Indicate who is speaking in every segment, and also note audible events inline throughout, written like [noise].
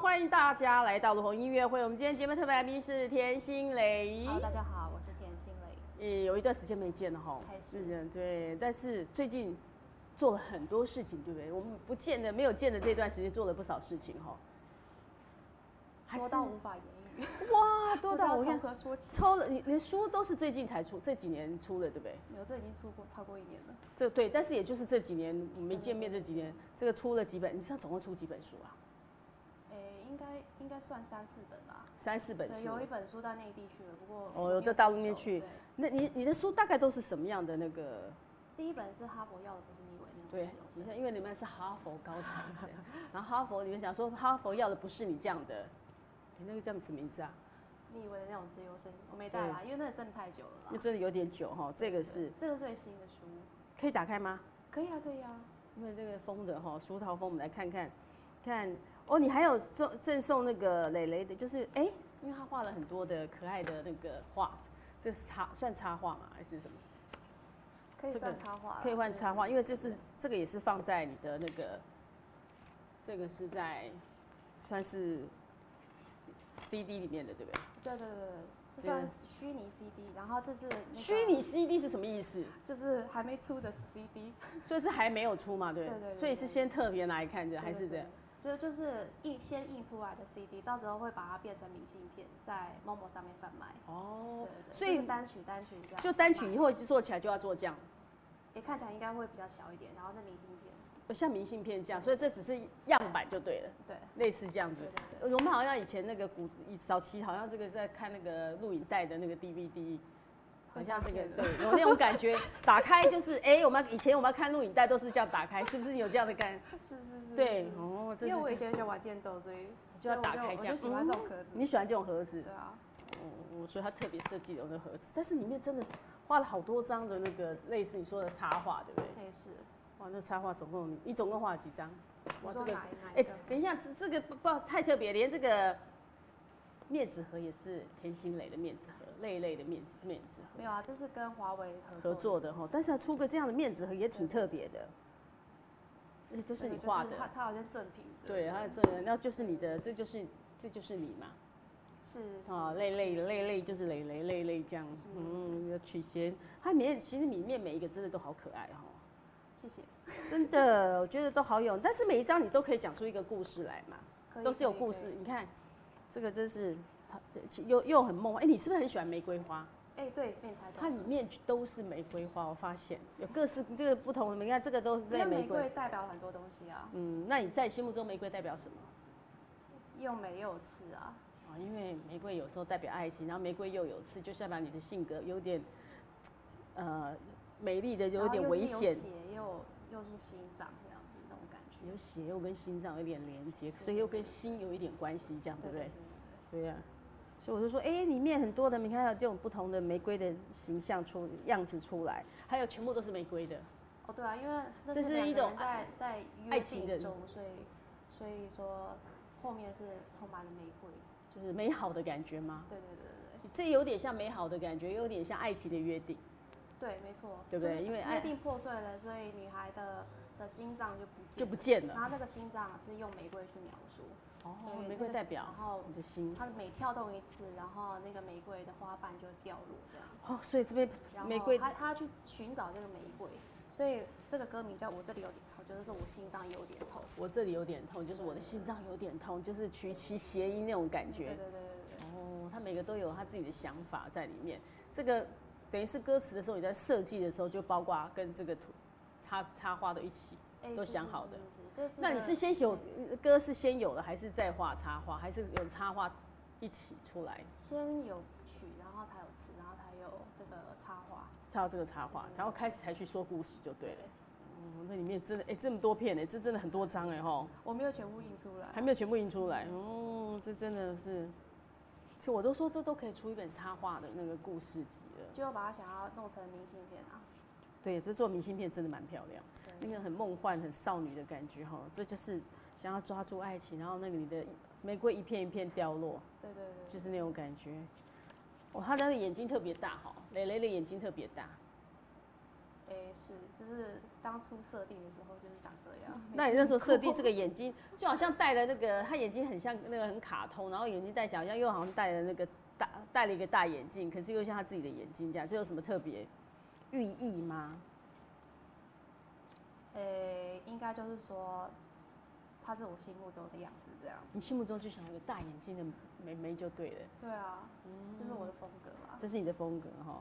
Speaker 1: 欢迎大家来到卢红音乐会。我们今天节目特别来宾是田心蕾。
Speaker 2: 好，大家好，我是田心蕾。
Speaker 1: 也有一段时间没见了哈
Speaker 2: 开，始
Speaker 1: 是的，对。但是最近做了很多事情，对不对？我们不见的、没有见的这段时间做了不少事情哈。还
Speaker 2: 多
Speaker 1: 是
Speaker 2: 到无法言语，
Speaker 1: 哇，多到我
Speaker 2: [laughs] 不知道
Speaker 1: 看
Speaker 2: 从何说起。
Speaker 1: 抽了，你连书都是最近才出，这几年出的，对不对？
Speaker 2: 没有，这已经出过超过一年了，
Speaker 1: 这对，但是也就是这几年没见面，这几年这个出了几本，你知道总共出几本书啊？
Speaker 2: 诶，应该应该算三四本吧。
Speaker 1: 三四本
Speaker 2: 对，
Speaker 1: 书
Speaker 2: 有。一本书到内地去了，不过
Speaker 1: 哦有
Speaker 2: 没
Speaker 1: 到大陆那边
Speaker 2: 接受
Speaker 1: 去
Speaker 2: 对
Speaker 1: 那你你的书大概都是什么样的那个？
Speaker 2: 第一本是哈佛要的不是你以为那
Speaker 1: 对
Speaker 2: 种自
Speaker 1: 你
Speaker 2: 由
Speaker 1: 看，因为你们是哈佛高材生，然后哈佛你们想说哈佛要的不是你这样的，你那个叫什么名字啊？
Speaker 2: 生，你以为的那种自由生，我没带啦，因为那真的太久了
Speaker 1: 那
Speaker 2: 啦。
Speaker 1: 真的有点久哈，这个是
Speaker 2: 这个最新的书，
Speaker 1: 可以打开吗？
Speaker 2: 可以啊，可以啊。
Speaker 1: 因为那个封的哈，书套封，我们来看看看哦，你还有赠赠送那个蕾蕾的，就是哎、因为他画了很多的可爱的那个画，这是插算插画吗？还是什么？
Speaker 2: 可以
Speaker 1: 这个
Speaker 2: 算插画啦，
Speaker 1: 可以换插画，因为这
Speaker 2: 对
Speaker 1: 是这个也是放在你的那个，这个是在算是 CD 里面的，对不对？
Speaker 2: 对对对对，这
Speaker 1: 对
Speaker 2: 算是虚拟 CD，然后这是那个
Speaker 1: 虚拟 CD 是什么意思？
Speaker 2: 就是还没出的 CD，
Speaker 1: 所以是还没有出嘛，对不对？
Speaker 2: 对对对
Speaker 1: 所以是先特别拿来看着，
Speaker 2: 对
Speaker 1: 还是这？
Speaker 2: 对
Speaker 1: 样？
Speaker 2: 对就就是印先印出来的 CD，到时候会把它变成明信片，在 Momo 上面贩卖。
Speaker 1: 哦
Speaker 2: 对，对，
Speaker 1: 所
Speaker 2: 就
Speaker 1: 以
Speaker 2: 是单曲单曲这样，
Speaker 1: 就单曲以后做起来就要做这样，
Speaker 2: 也看起来应该会比较小一点，然后是明信片。
Speaker 1: 像明信片这样，所以这只是样板就对了，
Speaker 2: 对，
Speaker 1: 类似这样子
Speaker 2: 对。对
Speaker 1: 我们好像以前那个古以早期好像这个在看那个录影带的那个 DVD。好像这个
Speaker 2: 会发现
Speaker 1: [laughs]
Speaker 2: 的
Speaker 1: 对，有那种感觉，打开就是哎、我们以前我们要看录影带都是这样打开，是不是你有这样的感？
Speaker 2: 对，是是是。
Speaker 1: 对
Speaker 2: 是，
Speaker 1: 哦，这
Speaker 2: 因
Speaker 1: 是
Speaker 2: 为
Speaker 1: 这
Speaker 2: 我
Speaker 1: 样
Speaker 2: 以前喜欢玩电动，所以
Speaker 1: 就要
Speaker 2: 所以我
Speaker 1: 打开这
Speaker 2: 我
Speaker 1: 样嗯
Speaker 2: 就喜欢这种壳子。
Speaker 1: 你喜欢这种盒子
Speaker 2: 对，啊，
Speaker 1: 嗯，所以他特别设计有那盒子，但是里面真的画了好多张的那个类似你说的插画，对不对？
Speaker 2: 可以试。
Speaker 1: 哇，那插画总共你总共画了几张？哇，
Speaker 2: 我说哪一哪
Speaker 1: 哎、
Speaker 2: 一个？
Speaker 1: 等一下，这这个不不太特别，连这个面子盒也是田心蕾的面子盒，类类的面子面子
Speaker 2: 没有啊，这是跟华为合
Speaker 1: 盒
Speaker 2: 作
Speaker 1: 合作的哈，但是要出个这样的面子盒也挺特别的，那
Speaker 2: 这
Speaker 1: 就
Speaker 2: 个
Speaker 1: 是你画的，
Speaker 2: 它它好像正品的。
Speaker 1: 对，还有这个，那就是你的，这就是这就是你嘛。
Speaker 2: 是
Speaker 1: 啊，
Speaker 2: 是
Speaker 1: 累累累累就是累累累累这样，嗯，要取些。它里面其实里面每一个真的都好可爱哦，
Speaker 2: 谢谢。
Speaker 1: [laughs] 真的，我觉得都好有。但是每一张你都可以讲出一个故事来嘛，
Speaker 2: 可以
Speaker 1: 都是有
Speaker 2: 可以
Speaker 1: 故
Speaker 2: 可
Speaker 1: 事。
Speaker 2: 以
Speaker 1: 你看，这个真是很又又很梦幻。哎、你是不是很喜欢玫瑰花？
Speaker 2: 哎、对，被你猜中
Speaker 1: 它
Speaker 2: 了。
Speaker 1: 里面都是玫瑰花，我发现有各式这个不同的。你看这个都是
Speaker 2: 因为
Speaker 1: 在
Speaker 2: 玫
Speaker 1: 玫瑰。
Speaker 2: 瑰代表很多东西啊，
Speaker 1: 嗯，那你在你心目中玫瑰代表什么？
Speaker 2: 又美又有刺啊，
Speaker 1: 啊，因为玫瑰有时候代表爱情，然后玫瑰又有刺，就是代表你的性格有点，呃，美丽的
Speaker 2: 然
Speaker 1: 哦有
Speaker 2: 后
Speaker 1: 一点
Speaker 2: 又
Speaker 1: 危
Speaker 2: 是
Speaker 1: 险
Speaker 2: 有，血又又是心脏这样子那种感觉，
Speaker 1: 有血又跟心脏有点连接，所以又跟心有一点关系，这样对不对？对呀、所以我就说，哎、里面很多的，你看还有这种不同的玫瑰的形象出样子出来，还有全部都是玫瑰的，
Speaker 2: 哦，对啊，因为那
Speaker 1: 这
Speaker 2: 是
Speaker 1: 是
Speaker 2: 两
Speaker 1: 一
Speaker 2: 个
Speaker 1: 种
Speaker 2: 人在在
Speaker 1: 爱
Speaker 2: 约
Speaker 1: 情
Speaker 2: 定
Speaker 1: 的
Speaker 2: 中，所以所以说后面是充满了玫瑰，
Speaker 1: 就是美好的感觉吗？
Speaker 2: 对对对
Speaker 1: 这有点像美好的感觉，有点像爱情的约定。
Speaker 2: 对对，对没错，
Speaker 1: 对不对
Speaker 2: 就是
Speaker 1: 因为爱
Speaker 2: 约定破碎了，所以女孩的的心脏就不见
Speaker 1: 就不见了
Speaker 2: 然后那个心脏是用玫瑰去描述，所以
Speaker 1: 哦，
Speaker 2: 那
Speaker 1: 玫瑰
Speaker 2: 个
Speaker 1: 代表
Speaker 2: 然后
Speaker 1: 你的心。
Speaker 2: 它每跳动一次，然后那个玫瑰的花瓣就会掉落这样。
Speaker 1: 哦，所以这边
Speaker 2: 然后
Speaker 1: 玫瑰
Speaker 2: 他他去寻找这个玫瑰，所以这个歌名叫我这里有点痛，就是说我心脏有点痛。
Speaker 1: 我这里有点痛，就是我的心脏有点痛，就是取其谐音那种感
Speaker 2: 对对
Speaker 1: 觉。
Speaker 2: 对对
Speaker 1: 哦，他每个都有他自己的想法在里面。这个等于是歌词的时候，你在设计的时候就包括跟这个图插插画的一起。
Speaker 2: 对，哎
Speaker 1: 都
Speaker 2: 是
Speaker 1: 想
Speaker 2: 是
Speaker 1: 好
Speaker 2: 是
Speaker 1: 的
Speaker 2: 是这是
Speaker 1: 那你
Speaker 2: 个
Speaker 1: 是先有歌是先有的，还是再画插画，还是有插画一起出来？
Speaker 2: 先有曲，然后才有词，然后才有这个插画。
Speaker 1: 插这个插画
Speaker 2: 对，对
Speaker 1: 然后开始才去说故事就对了。哦，这里面真的哎、这么多片哎、这真的很多张哎吼。
Speaker 2: 我没有全部印出来
Speaker 1: 还。没有全部印出来。哦，这真的是，其实我都说这都可以出一本插画的那个故事集了。
Speaker 2: 就把它想要弄成明信片啊，
Speaker 1: 对，这做明信片真的蛮漂亮，那个很梦幻、很少女的感觉哈。这就是想要抓住爱情，然后那个你的玫瑰一片一片掉落，
Speaker 2: 对对对，
Speaker 1: 就是那种感觉。哦，他的眼睛特别大哈，蕾蕾的眼睛特别大，
Speaker 2: 哎，是，就是当初设定的时候就是长这样。
Speaker 1: 那你那时候设定这个眼睛，就好像戴了那个，他眼睛很像那个很卡通，然后眼睛戴起来，好像又好像戴了那个大戴了一个大眼镜，可是又像他自己的眼睛这样，这有什么特别寓意吗？嗯
Speaker 2: 诶，哎应该就是说，他是我心目中的样子这样。
Speaker 1: 你心目中就想要有大眼睛的妹妹就对嗯了，
Speaker 2: 对啊，就是我的风格啊嘛。
Speaker 1: 这是你的风格哈。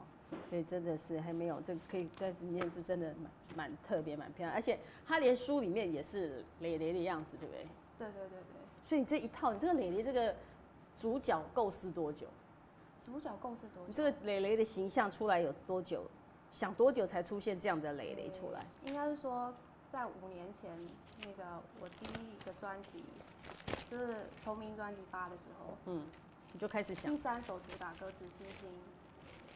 Speaker 1: 对，真的是还没有，这可以在里面是真的蛮蛮特别蛮漂亮，而且他连书里面也是蕾蕾的样子，对不对？
Speaker 2: 对对对对，
Speaker 1: 所以你这一套，你这个蕾蕾这个主角构思多久？
Speaker 2: 主角共是多
Speaker 1: 你
Speaker 2: 久？
Speaker 1: 这个蕾蕾的形象出来有多久？想多久才出现这样的蕾蕾出来？
Speaker 2: 应该是说，在五年前那个我第一个专辑，就是同名专辑发的时候，
Speaker 1: 你就开始想
Speaker 2: 第三首主打歌《纸星星》，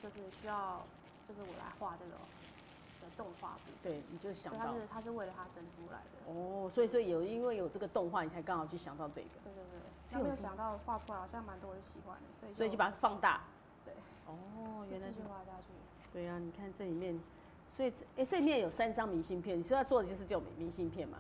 Speaker 2: 就是需要就是我来画这种的动画部，
Speaker 1: 对，你就
Speaker 2: 所
Speaker 1: 想
Speaker 2: 以它
Speaker 1: 到
Speaker 2: 是它是为了它生出来的。
Speaker 1: 哦，所以说有因为有这个动画，你才刚好去想到这个，
Speaker 2: 对对对，
Speaker 1: 是
Speaker 2: 那
Speaker 1: 有
Speaker 2: 没有
Speaker 1: 什
Speaker 2: 想到画出来好像蛮多人喜欢的，所以
Speaker 1: 所以就把它放大。
Speaker 2: 对，
Speaker 1: 哦，
Speaker 2: 就
Speaker 1: 原来
Speaker 2: 继
Speaker 1: 是
Speaker 2: 续画下去。
Speaker 1: 对啊，你看这里面，所以这哎、这里面有三张明信片，你说要做的就是这种明信片嘛？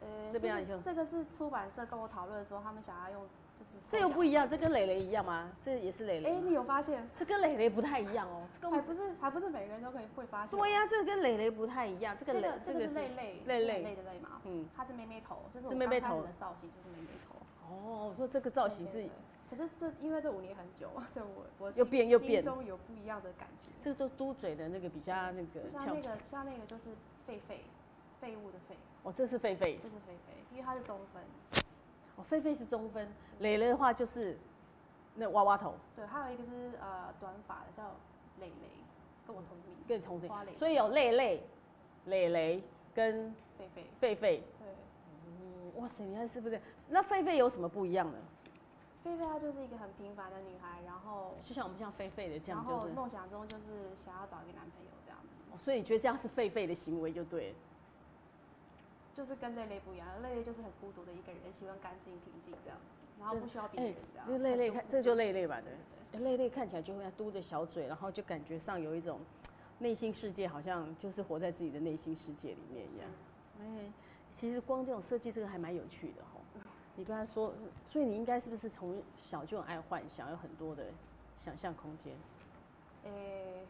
Speaker 2: 呃，
Speaker 1: 这边啊
Speaker 2: 是
Speaker 1: 你就
Speaker 2: 这个是出版社跟我讨论说，他们想要用就是
Speaker 1: 这又不一样，这跟蕾蕾一样吗？这也是蕾
Speaker 2: 哎、
Speaker 1: 蕾吗，
Speaker 2: 你有发现？
Speaker 1: 这跟蕾蕾不太一样哦，这跟我
Speaker 2: 还不是还不是每个人都可以会发现。
Speaker 1: 对呀、这个跟蕾蕾不太一样，这
Speaker 2: 这
Speaker 1: 个蕾
Speaker 2: 个这个是类类
Speaker 1: 类
Speaker 2: 类
Speaker 1: 类
Speaker 2: 的类嘛，
Speaker 1: 嗯，
Speaker 2: 它是妹妹头，就是
Speaker 1: 是
Speaker 2: 我们
Speaker 1: 妹妹
Speaker 2: 刚开始
Speaker 1: 头
Speaker 2: 的造型就是妹妹头。
Speaker 1: 哦，我说这个造型
Speaker 2: 对
Speaker 1: 是
Speaker 2: 对对可是这因为这五年很久，所以我我
Speaker 1: 又
Speaker 2: 心
Speaker 1: 变又变
Speaker 2: 心中有不一样的感觉。
Speaker 1: 这个都嘟嘴的那个比较那个
Speaker 2: 像
Speaker 1: 翘
Speaker 2: 那个像那个就是狒狒，废物的狒，
Speaker 1: 哦，这是狒狒，
Speaker 2: 这是狒狒，因为它是中分，
Speaker 1: 哦，狒狒是中分，蕾蕾的话就是那娃娃头
Speaker 2: 对，还有一个是呃短发的叫蕾蕾，跟我同名，
Speaker 1: 跟同类，
Speaker 2: 花蕾
Speaker 1: 所以有蕾蕾、蕾蕾跟
Speaker 2: 狒狒，
Speaker 1: 狒狒。
Speaker 2: 对。
Speaker 1: 嗯，哇塞，你看是不是？那狒狒有什么不一样呢？
Speaker 2: 菲菲她就是一个很平凡的女孩，然后
Speaker 1: 就像我们像狒狒的这
Speaker 2: 然
Speaker 1: 样，就
Speaker 2: 后
Speaker 1: 是、
Speaker 2: 梦想中就是想要找一个男朋友这样子，
Speaker 1: 哦所以你觉得这样是狒狒的行为就对了。
Speaker 2: 就是跟蕾蕾不一样，蕾蕾就是很孤独的一个人，喜欢干净平静这样子，然后不需要别人这样。
Speaker 1: 就累累看，哎这就累累吧，对
Speaker 2: 对。
Speaker 1: 哎累累看起来就会嘟着小嘴，然后就感觉上有一种内心世界，好像就是活在自己的内心世界里面一样。哎，其实光这种设计这个还蛮有趣的哦。你跟他说，所以你应该是不是从小就很爱幻想，有很多的想象空间？
Speaker 2: 对，诶，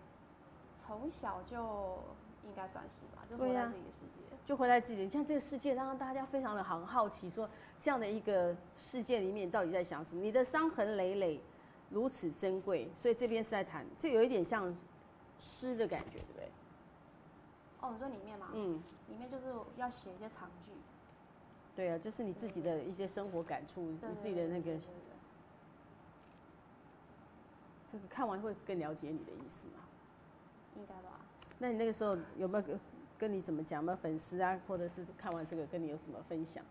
Speaker 2: 从小就应该算是吧，就活
Speaker 1: 对
Speaker 2: 在
Speaker 1: 呀
Speaker 2: 自己的世界。
Speaker 1: 就回来自己，你看这个世界让大家非常的很好奇，说这样的一个世界里面你到底在想什么？你的伤痕累累，如此珍贵，所以这边是在谈，这有一点像诗的感觉，对不对？
Speaker 2: 哦，你说里面嘛，
Speaker 1: 嗯，
Speaker 2: 里面就是要写一些长句，
Speaker 1: 对啊，就是你自己的一些生活感触，
Speaker 2: 对
Speaker 1: 嗯你
Speaker 2: 对
Speaker 1: 自己的那
Speaker 2: 对
Speaker 1: 个
Speaker 2: 对对对
Speaker 1: 这个看完会更了解你的意思嘛？
Speaker 2: 应该吧。
Speaker 1: 那你那个时候有没有跟跟你怎么讲？有没有粉丝啊，或者是看完这个跟你有什么分享？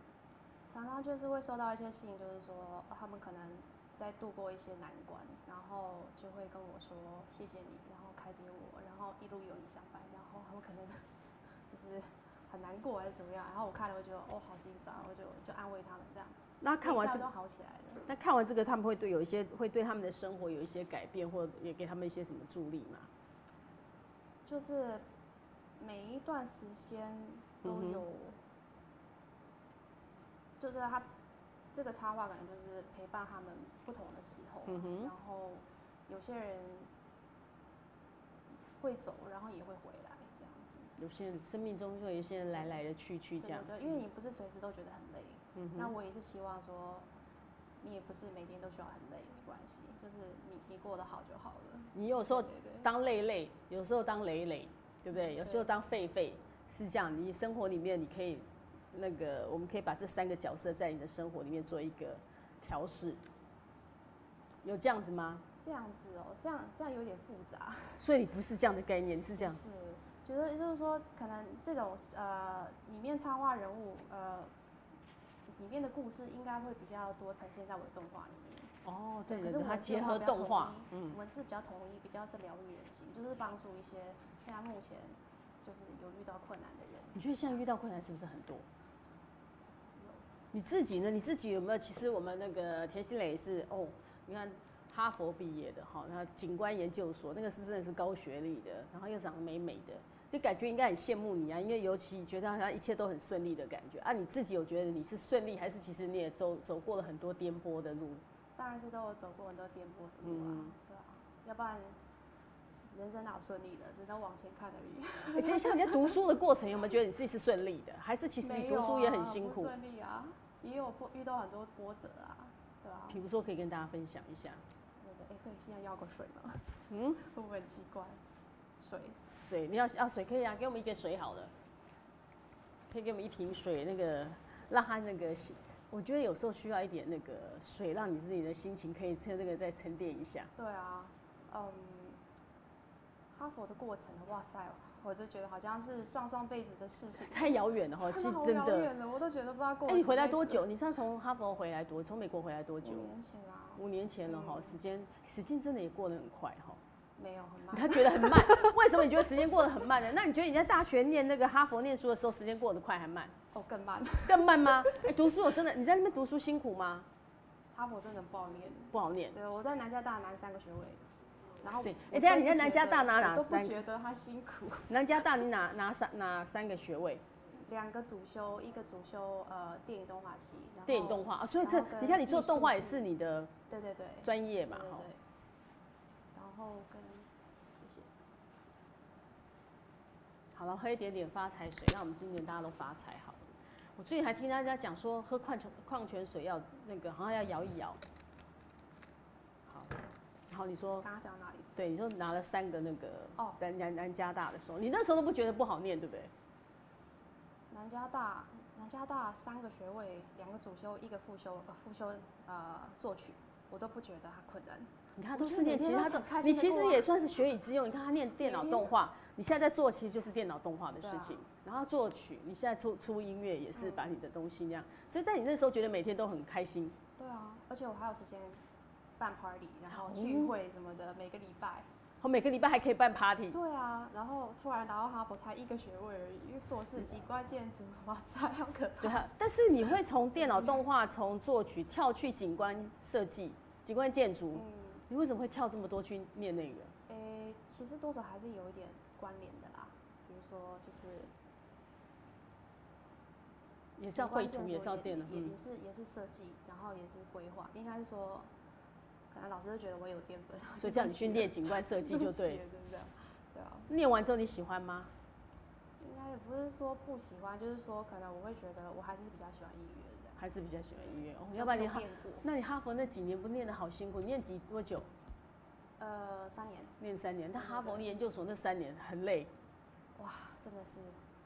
Speaker 2: 常常就是会收到一些信，就是说、呃他们可能在度过一些难关，然后就会跟我说谢谢你，然后开解我，然后一路有你相伴，然后他们可能 [laughs] 就是很难过还是怎么样，然后我看了我就觉得哦好心酸，我就就安慰他们这样，
Speaker 1: 那看完
Speaker 2: 一
Speaker 1: 这
Speaker 2: 下
Speaker 1: 个，
Speaker 2: 都好起来了。
Speaker 1: 那看完这个，他们会对有一些会对他们的生活有一些改变，或也给他们一些什么助力嘛？
Speaker 2: 就是每一段时间都
Speaker 1: 嗯哼
Speaker 2: 有，就是他这个插画可能就是陪伴他们不同的时候，
Speaker 1: 嗯哼
Speaker 2: 然后有些人会走，然后也会回来这样子。
Speaker 1: 有些人生命中就有一些人来来的去去这样，
Speaker 2: 对对对，因为你不是随时都觉得很累，
Speaker 1: 嗯
Speaker 2: 那我也是希望说。你也不是每天都需要很累，没关系，就是你你过得好就好了。
Speaker 1: 你有时候
Speaker 2: 对对对
Speaker 1: 当累累，有时候当累累，对不对？
Speaker 2: 嗯
Speaker 1: 有时候当狒狒，是这样。你生活里面你可以那个，我们可以把这三个角色在你的生活里面做一个调试，有这样子吗？
Speaker 2: 这样子哦，这样这样有点复杂。
Speaker 1: 所以你不是这样的概念，是这样。
Speaker 2: 是，觉得就是说，可能这种呃里面插画人物呃里面的故事应该会比较多呈现在我的动画里面。
Speaker 1: 哦，对
Speaker 2: 可
Speaker 1: 的，
Speaker 2: 是
Speaker 1: 对它
Speaker 2: 文字
Speaker 1: 结
Speaker 2: 的话
Speaker 1: 合
Speaker 2: 比较
Speaker 1: 动画，
Speaker 2: 统
Speaker 1: 嗯，
Speaker 2: 一，文字比较统一，比较是疗愈人心，就是帮助一些现在目前就是有遇到困难的人。
Speaker 1: 你觉得现在遇到困难是不是很多？你自己呢？你自己有没有？其实我们那个田心磊是哦，你看哈佛毕业的哈，他景观研究所那个是真的是高学历的，然后又长得美美的，就感觉应该很羡慕你啊，因为尤其觉得好像一切都很顺利的感觉啊。你自己有觉得你是顺利，还是其实你也走走过了很多颠簸的
Speaker 2: [laughs]
Speaker 1: 路？
Speaker 2: 当然是都有走过很多颠簸的路啊，
Speaker 1: 嗯
Speaker 2: 对啊，要不然人生哪有顺利的，只能往前看而已。
Speaker 1: 欸其实像你在读书的过程，有没有觉得你自己是顺利的？还是其实你
Speaker 2: 没
Speaker 1: 读
Speaker 2: 有
Speaker 1: 书也很
Speaker 2: 啊
Speaker 1: 辛
Speaker 2: 不
Speaker 1: 苦？
Speaker 2: 顺利啊，也有波遇到很多波折啊，对啊。
Speaker 1: 比如说，可以跟大家分享一下，
Speaker 2: 我说，哎、可以现在要个水吗？ [laughs]
Speaker 1: 嗯，
Speaker 2: 会不会很奇怪？水，
Speaker 1: 水，你要啊水可以啊，给我们一杯水好了，可以给我们一瓶水，那个让它那个心，我觉得有时候需要一点那个水，让你自己的心情可以趁那个再沉淀一下。
Speaker 2: 对啊，嗯，哈佛的过程，哇塞，我就觉得好像是上上辈子的事
Speaker 1: [laughs]
Speaker 2: 情，
Speaker 1: 太遥远了哈，其
Speaker 2: 真的
Speaker 1: 实
Speaker 2: 好
Speaker 1: 真
Speaker 2: 遥
Speaker 1: 的。
Speaker 2: 远了，我都觉得不知道过
Speaker 1: 哎、
Speaker 2: 了
Speaker 1: 你
Speaker 2: 几
Speaker 1: 回来
Speaker 2: 辈
Speaker 1: 多
Speaker 2: 子
Speaker 1: 久？你上次从哈佛回来多，从美国回来多
Speaker 2: 了？
Speaker 1: 久
Speaker 2: 五
Speaker 1: 了？
Speaker 2: 年前啊啦，
Speaker 1: 五年前了
Speaker 2: 嗯
Speaker 1: 哈，时间时间真的也过得很快哈。
Speaker 2: 没有很
Speaker 1: [laughs]
Speaker 2: 慢。
Speaker 1: 他觉得很慢，为什么你觉得时间过得很慢呢？那你觉得你在大学念那个哈佛念书的时候，时间过得快还慢？
Speaker 2: 哦，更慢。
Speaker 1: 更慢吗？哎、读书我真的，你在那边读书辛苦吗？
Speaker 2: 哈佛真的不好
Speaker 1: [laughs]
Speaker 2: 念。
Speaker 1: 不好念。
Speaker 2: 对，我在南加大拿三个学位，然后
Speaker 1: 是
Speaker 2: 我
Speaker 1: 哎等一下
Speaker 2: 都
Speaker 1: 你在
Speaker 2: 不
Speaker 1: 南
Speaker 2: 觉
Speaker 1: 加
Speaker 2: 得
Speaker 1: 大拿
Speaker 2: 我
Speaker 1: 哪
Speaker 2: 都不
Speaker 1: 三
Speaker 2: 觉得他辛苦。
Speaker 1: 南加大你拿拿三拿三个学位，
Speaker 2: 两个主修，一个主修呃电影动画系，然后
Speaker 1: 电影动画啊，所以
Speaker 2: 然
Speaker 1: 这
Speaker 2: 后跟
Speaker 1: 你看你做
Speaker 2: 艺术
Speaker 1: 动画也
Speaker 2: 系
Speaker 1: 是你的
Speaker 2: 对对对，
Speaker 1: 专业
Speaker 2: 对
Speaker 1: 嘛
Speaker 2: 对
Speaker 1: 哈。
Speaker 2: 对然后跟谢谢，
Speaker 1: 好了，喝一点点发财水，让我们今年大家都发财好了。我最近还听大家讲说，喝矿泉矿泉水要那个好像要摇一摇。好，然后你说
Speaker 2: 我刚刚讲到哪里？
Speaker 1: 对，你就拿了三个那个
Speaker 2: 哦
Speaker 1: 在南南加大的时候，你那时候都不觉得不好念，对不对？
Speaker 2: 南加大，南加大三个学位，两个主修，一个副修，呃副修呃作曲，我都不觉得它困难。
Speaker 1: 你看
Speaker 2: 我
Speaker 1: 都
Speaker 2: 觉
Speaker 1: 是念，
Speaker 2: 得每
Speaker 1: 其实
Speaker 2: 天
Speaker 1: 他
Speaker 2: 都
Speaker 1: 都
Speaker 2: 很开，心
Speaker 1: 你
Speaker 2: 在
Speaker 1: 其
Speaker 2: 过
Speaker 1: 实
Speaker 2: 啊
Speaker 1: 也算是学以致用。你看他念电脑
Speaker 2: 每天
Speaker 1: 动画，你现在在做其实就是电脑动画的
Speaker 2: 对
Speaker 1: 事
Speaker 2: 啊嗯
Speaker 1: 情，然后作曲，你现在出出音乐也是把你的东西那样，所以在你那时候觉得每天都很开心。
Speaker 2: 对啊，而且我还有时间办 party，然后
Speaker 1: 哦
Speaker 2: 聚会什么的，每个礼拜。
Speaker 1: 我每个礼拜还可以办 party，
Speaker 2: 对啊，然后突然拿到哈佛才一个学位而已，因为硕士级关键词，哇塞，好可怕。
Speaker 1: 对啊，但是你会从电脑动画从作曲跳去景观设计、景观建筑，
Speaker 2: 嗯，
Speaker 1: 你为什么会跳这么多去念那个？
Speaker 2: 诶、其实多少还是有一点关联的啦。比如说，就是
Speaker 1: 也是要绘
Speaker 2: 关
Speaker 1: 图
Speaker 2: 键，
Speaker 1: 也是要电脑，
Speaker 2: 也
Speaker 1: 嗯，
Speaker 2: 也是也是设计，然后也是规划，应该是说，可能老师就觉得我有天分， [laughs]
Speaker 1: 所以叫你去念景观设计就对。
Speaker 2: 对不对？对啊，
Speaker 1: 念完之后你喜欢吗？
Speaker 2: 应该也不是说不喜欢，就是说可能我会觉得我还是比较喜欢音乐的。
Speaker 1: 还是比较喜欢音乐哦？要不然你哈
Speaker 2: 没有，变过
Speaker 1: 那你哈佛那几年不念的好辛苦，你念几多久？
Speaker 2: 呃三年，
Speaker 1: 念三年，但
Speaker 2: 对
Speaker 1: 哈佛研究所那三年很累，
Speaker 2: 哇，啊真的是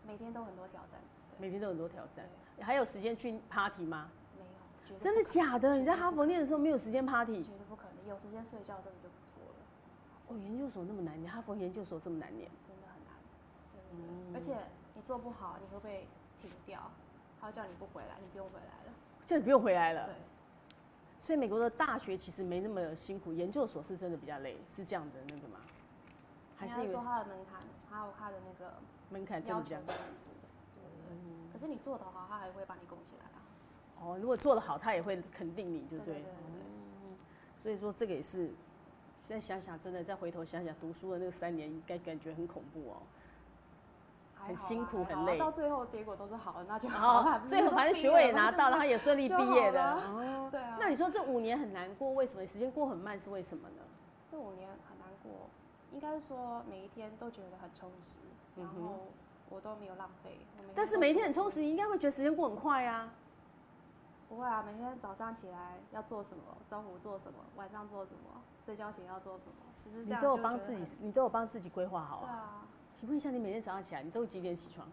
Speaker 2: 每天都很多挑战。对
Speaker 1: 每天都有很多挑战。
Speaker 2: 对啊
Speaker 1: 还有时间去 party 吗？
Speaker 2: 没有，绝对
Speaker 1: 真的假的？你在哈佛念的时候没有时间 party？
Speaker 2: 绝对不可能，有时间睡觉真的就不错了。
Speaker 1: 哦，研究所那么难念，哈佛研究所这么难念，
Speaker 2: 真的很难，对对对，
Speaker 1: 嗯
Speaker 2: 而且你做不好，你会被停掉，他会叫你不回来，你不用回来了。
Speaker 1: 这样你不用回来了。
Speaker 2: 对，
Speaker 1: 所以美国的大学其实没那么辛苦，研究所是真的比较累，是这样的那个吗？还
Speaker 2: 应
Speaker 1: 是
Speaker 2: 该
Speaker 1: 因为
Speaker 2: 说他的门槛，还有他的那个
Speaker 1: 门槛真
Speaker 2: 要
Speaker 1: 的
Speaker 2: 求
Speaker 1: 比较
Speaker 2: 跟
Speaker 1: 高？嗯
Speaker 2: 难度，对对对。可是你做得好，他还会把你供起来啊。
Speaker 1: 哦，如果做得好，他也会肯定你，对
Speaker 2: 对
Speaker 1: 不
Speaker 2: 对
Speaker 1: 对嗯
Speaker 2: 对？对
Speaker 1: 所以说这个也是，现在想想真的，再回头想想读书的那三年，应该感觉很恐怖哦。
Speaker 2: 还
Speaker 1: 很
Speaker 2: 好啦
Speaker 1: 辛苦
Speaker 2: 还
Speaker 1: 很
Speaker 2: 好啦
Speaker 1: 累
Speaker 2: 到最后结果都是好的，那就
Speaker 1: 然
Speaker 2: 好
Speaker 1: 后
Speaker 2: 了。
Speaker 1: 最后反正学位也拿到，然后也顺利
Speaker 2: 就
Speaker 1: 毕业的。
Speaker 2: 好了
Speaker 1: 哦，
Speaker 2: [laughs] 对啊，
Speaker 1: 那你说这五年很难过，为什么？时间过很慢是为什么呢？
Speaker 2: 这五年很难过，应该是说每一天都觉得很充实，然
Speaker 1: 嗯哼
Speaker 2: 后我都没有浪费。我
Speaker 1: 但是
Speaker 2: 都
Speaker 1: 每一
Speaker 2: 做
Speaker 1: 天很充实，你应该会觉得时间过很快啊。
Speaker 2: 不会啊，每天早上起来要做什么，中午做什么，晚上做什么，睡觉前要做什么，其实这
Speaker 1: 你
Speaker 2: 样
Speaker 1: 都有
Speaker 2: 就
Speaker 1: 帮
Speaker 2: 觉
Speaker 1: 自
Speaker 2: 得
Speaker 1: 己，你都有帮自己规划好
Speaker 2: 很对
Speaker 1: 啊。
Speaker 2: 啊，
Speaker 1: 请问一下，你每天早上起来，你都几点起床？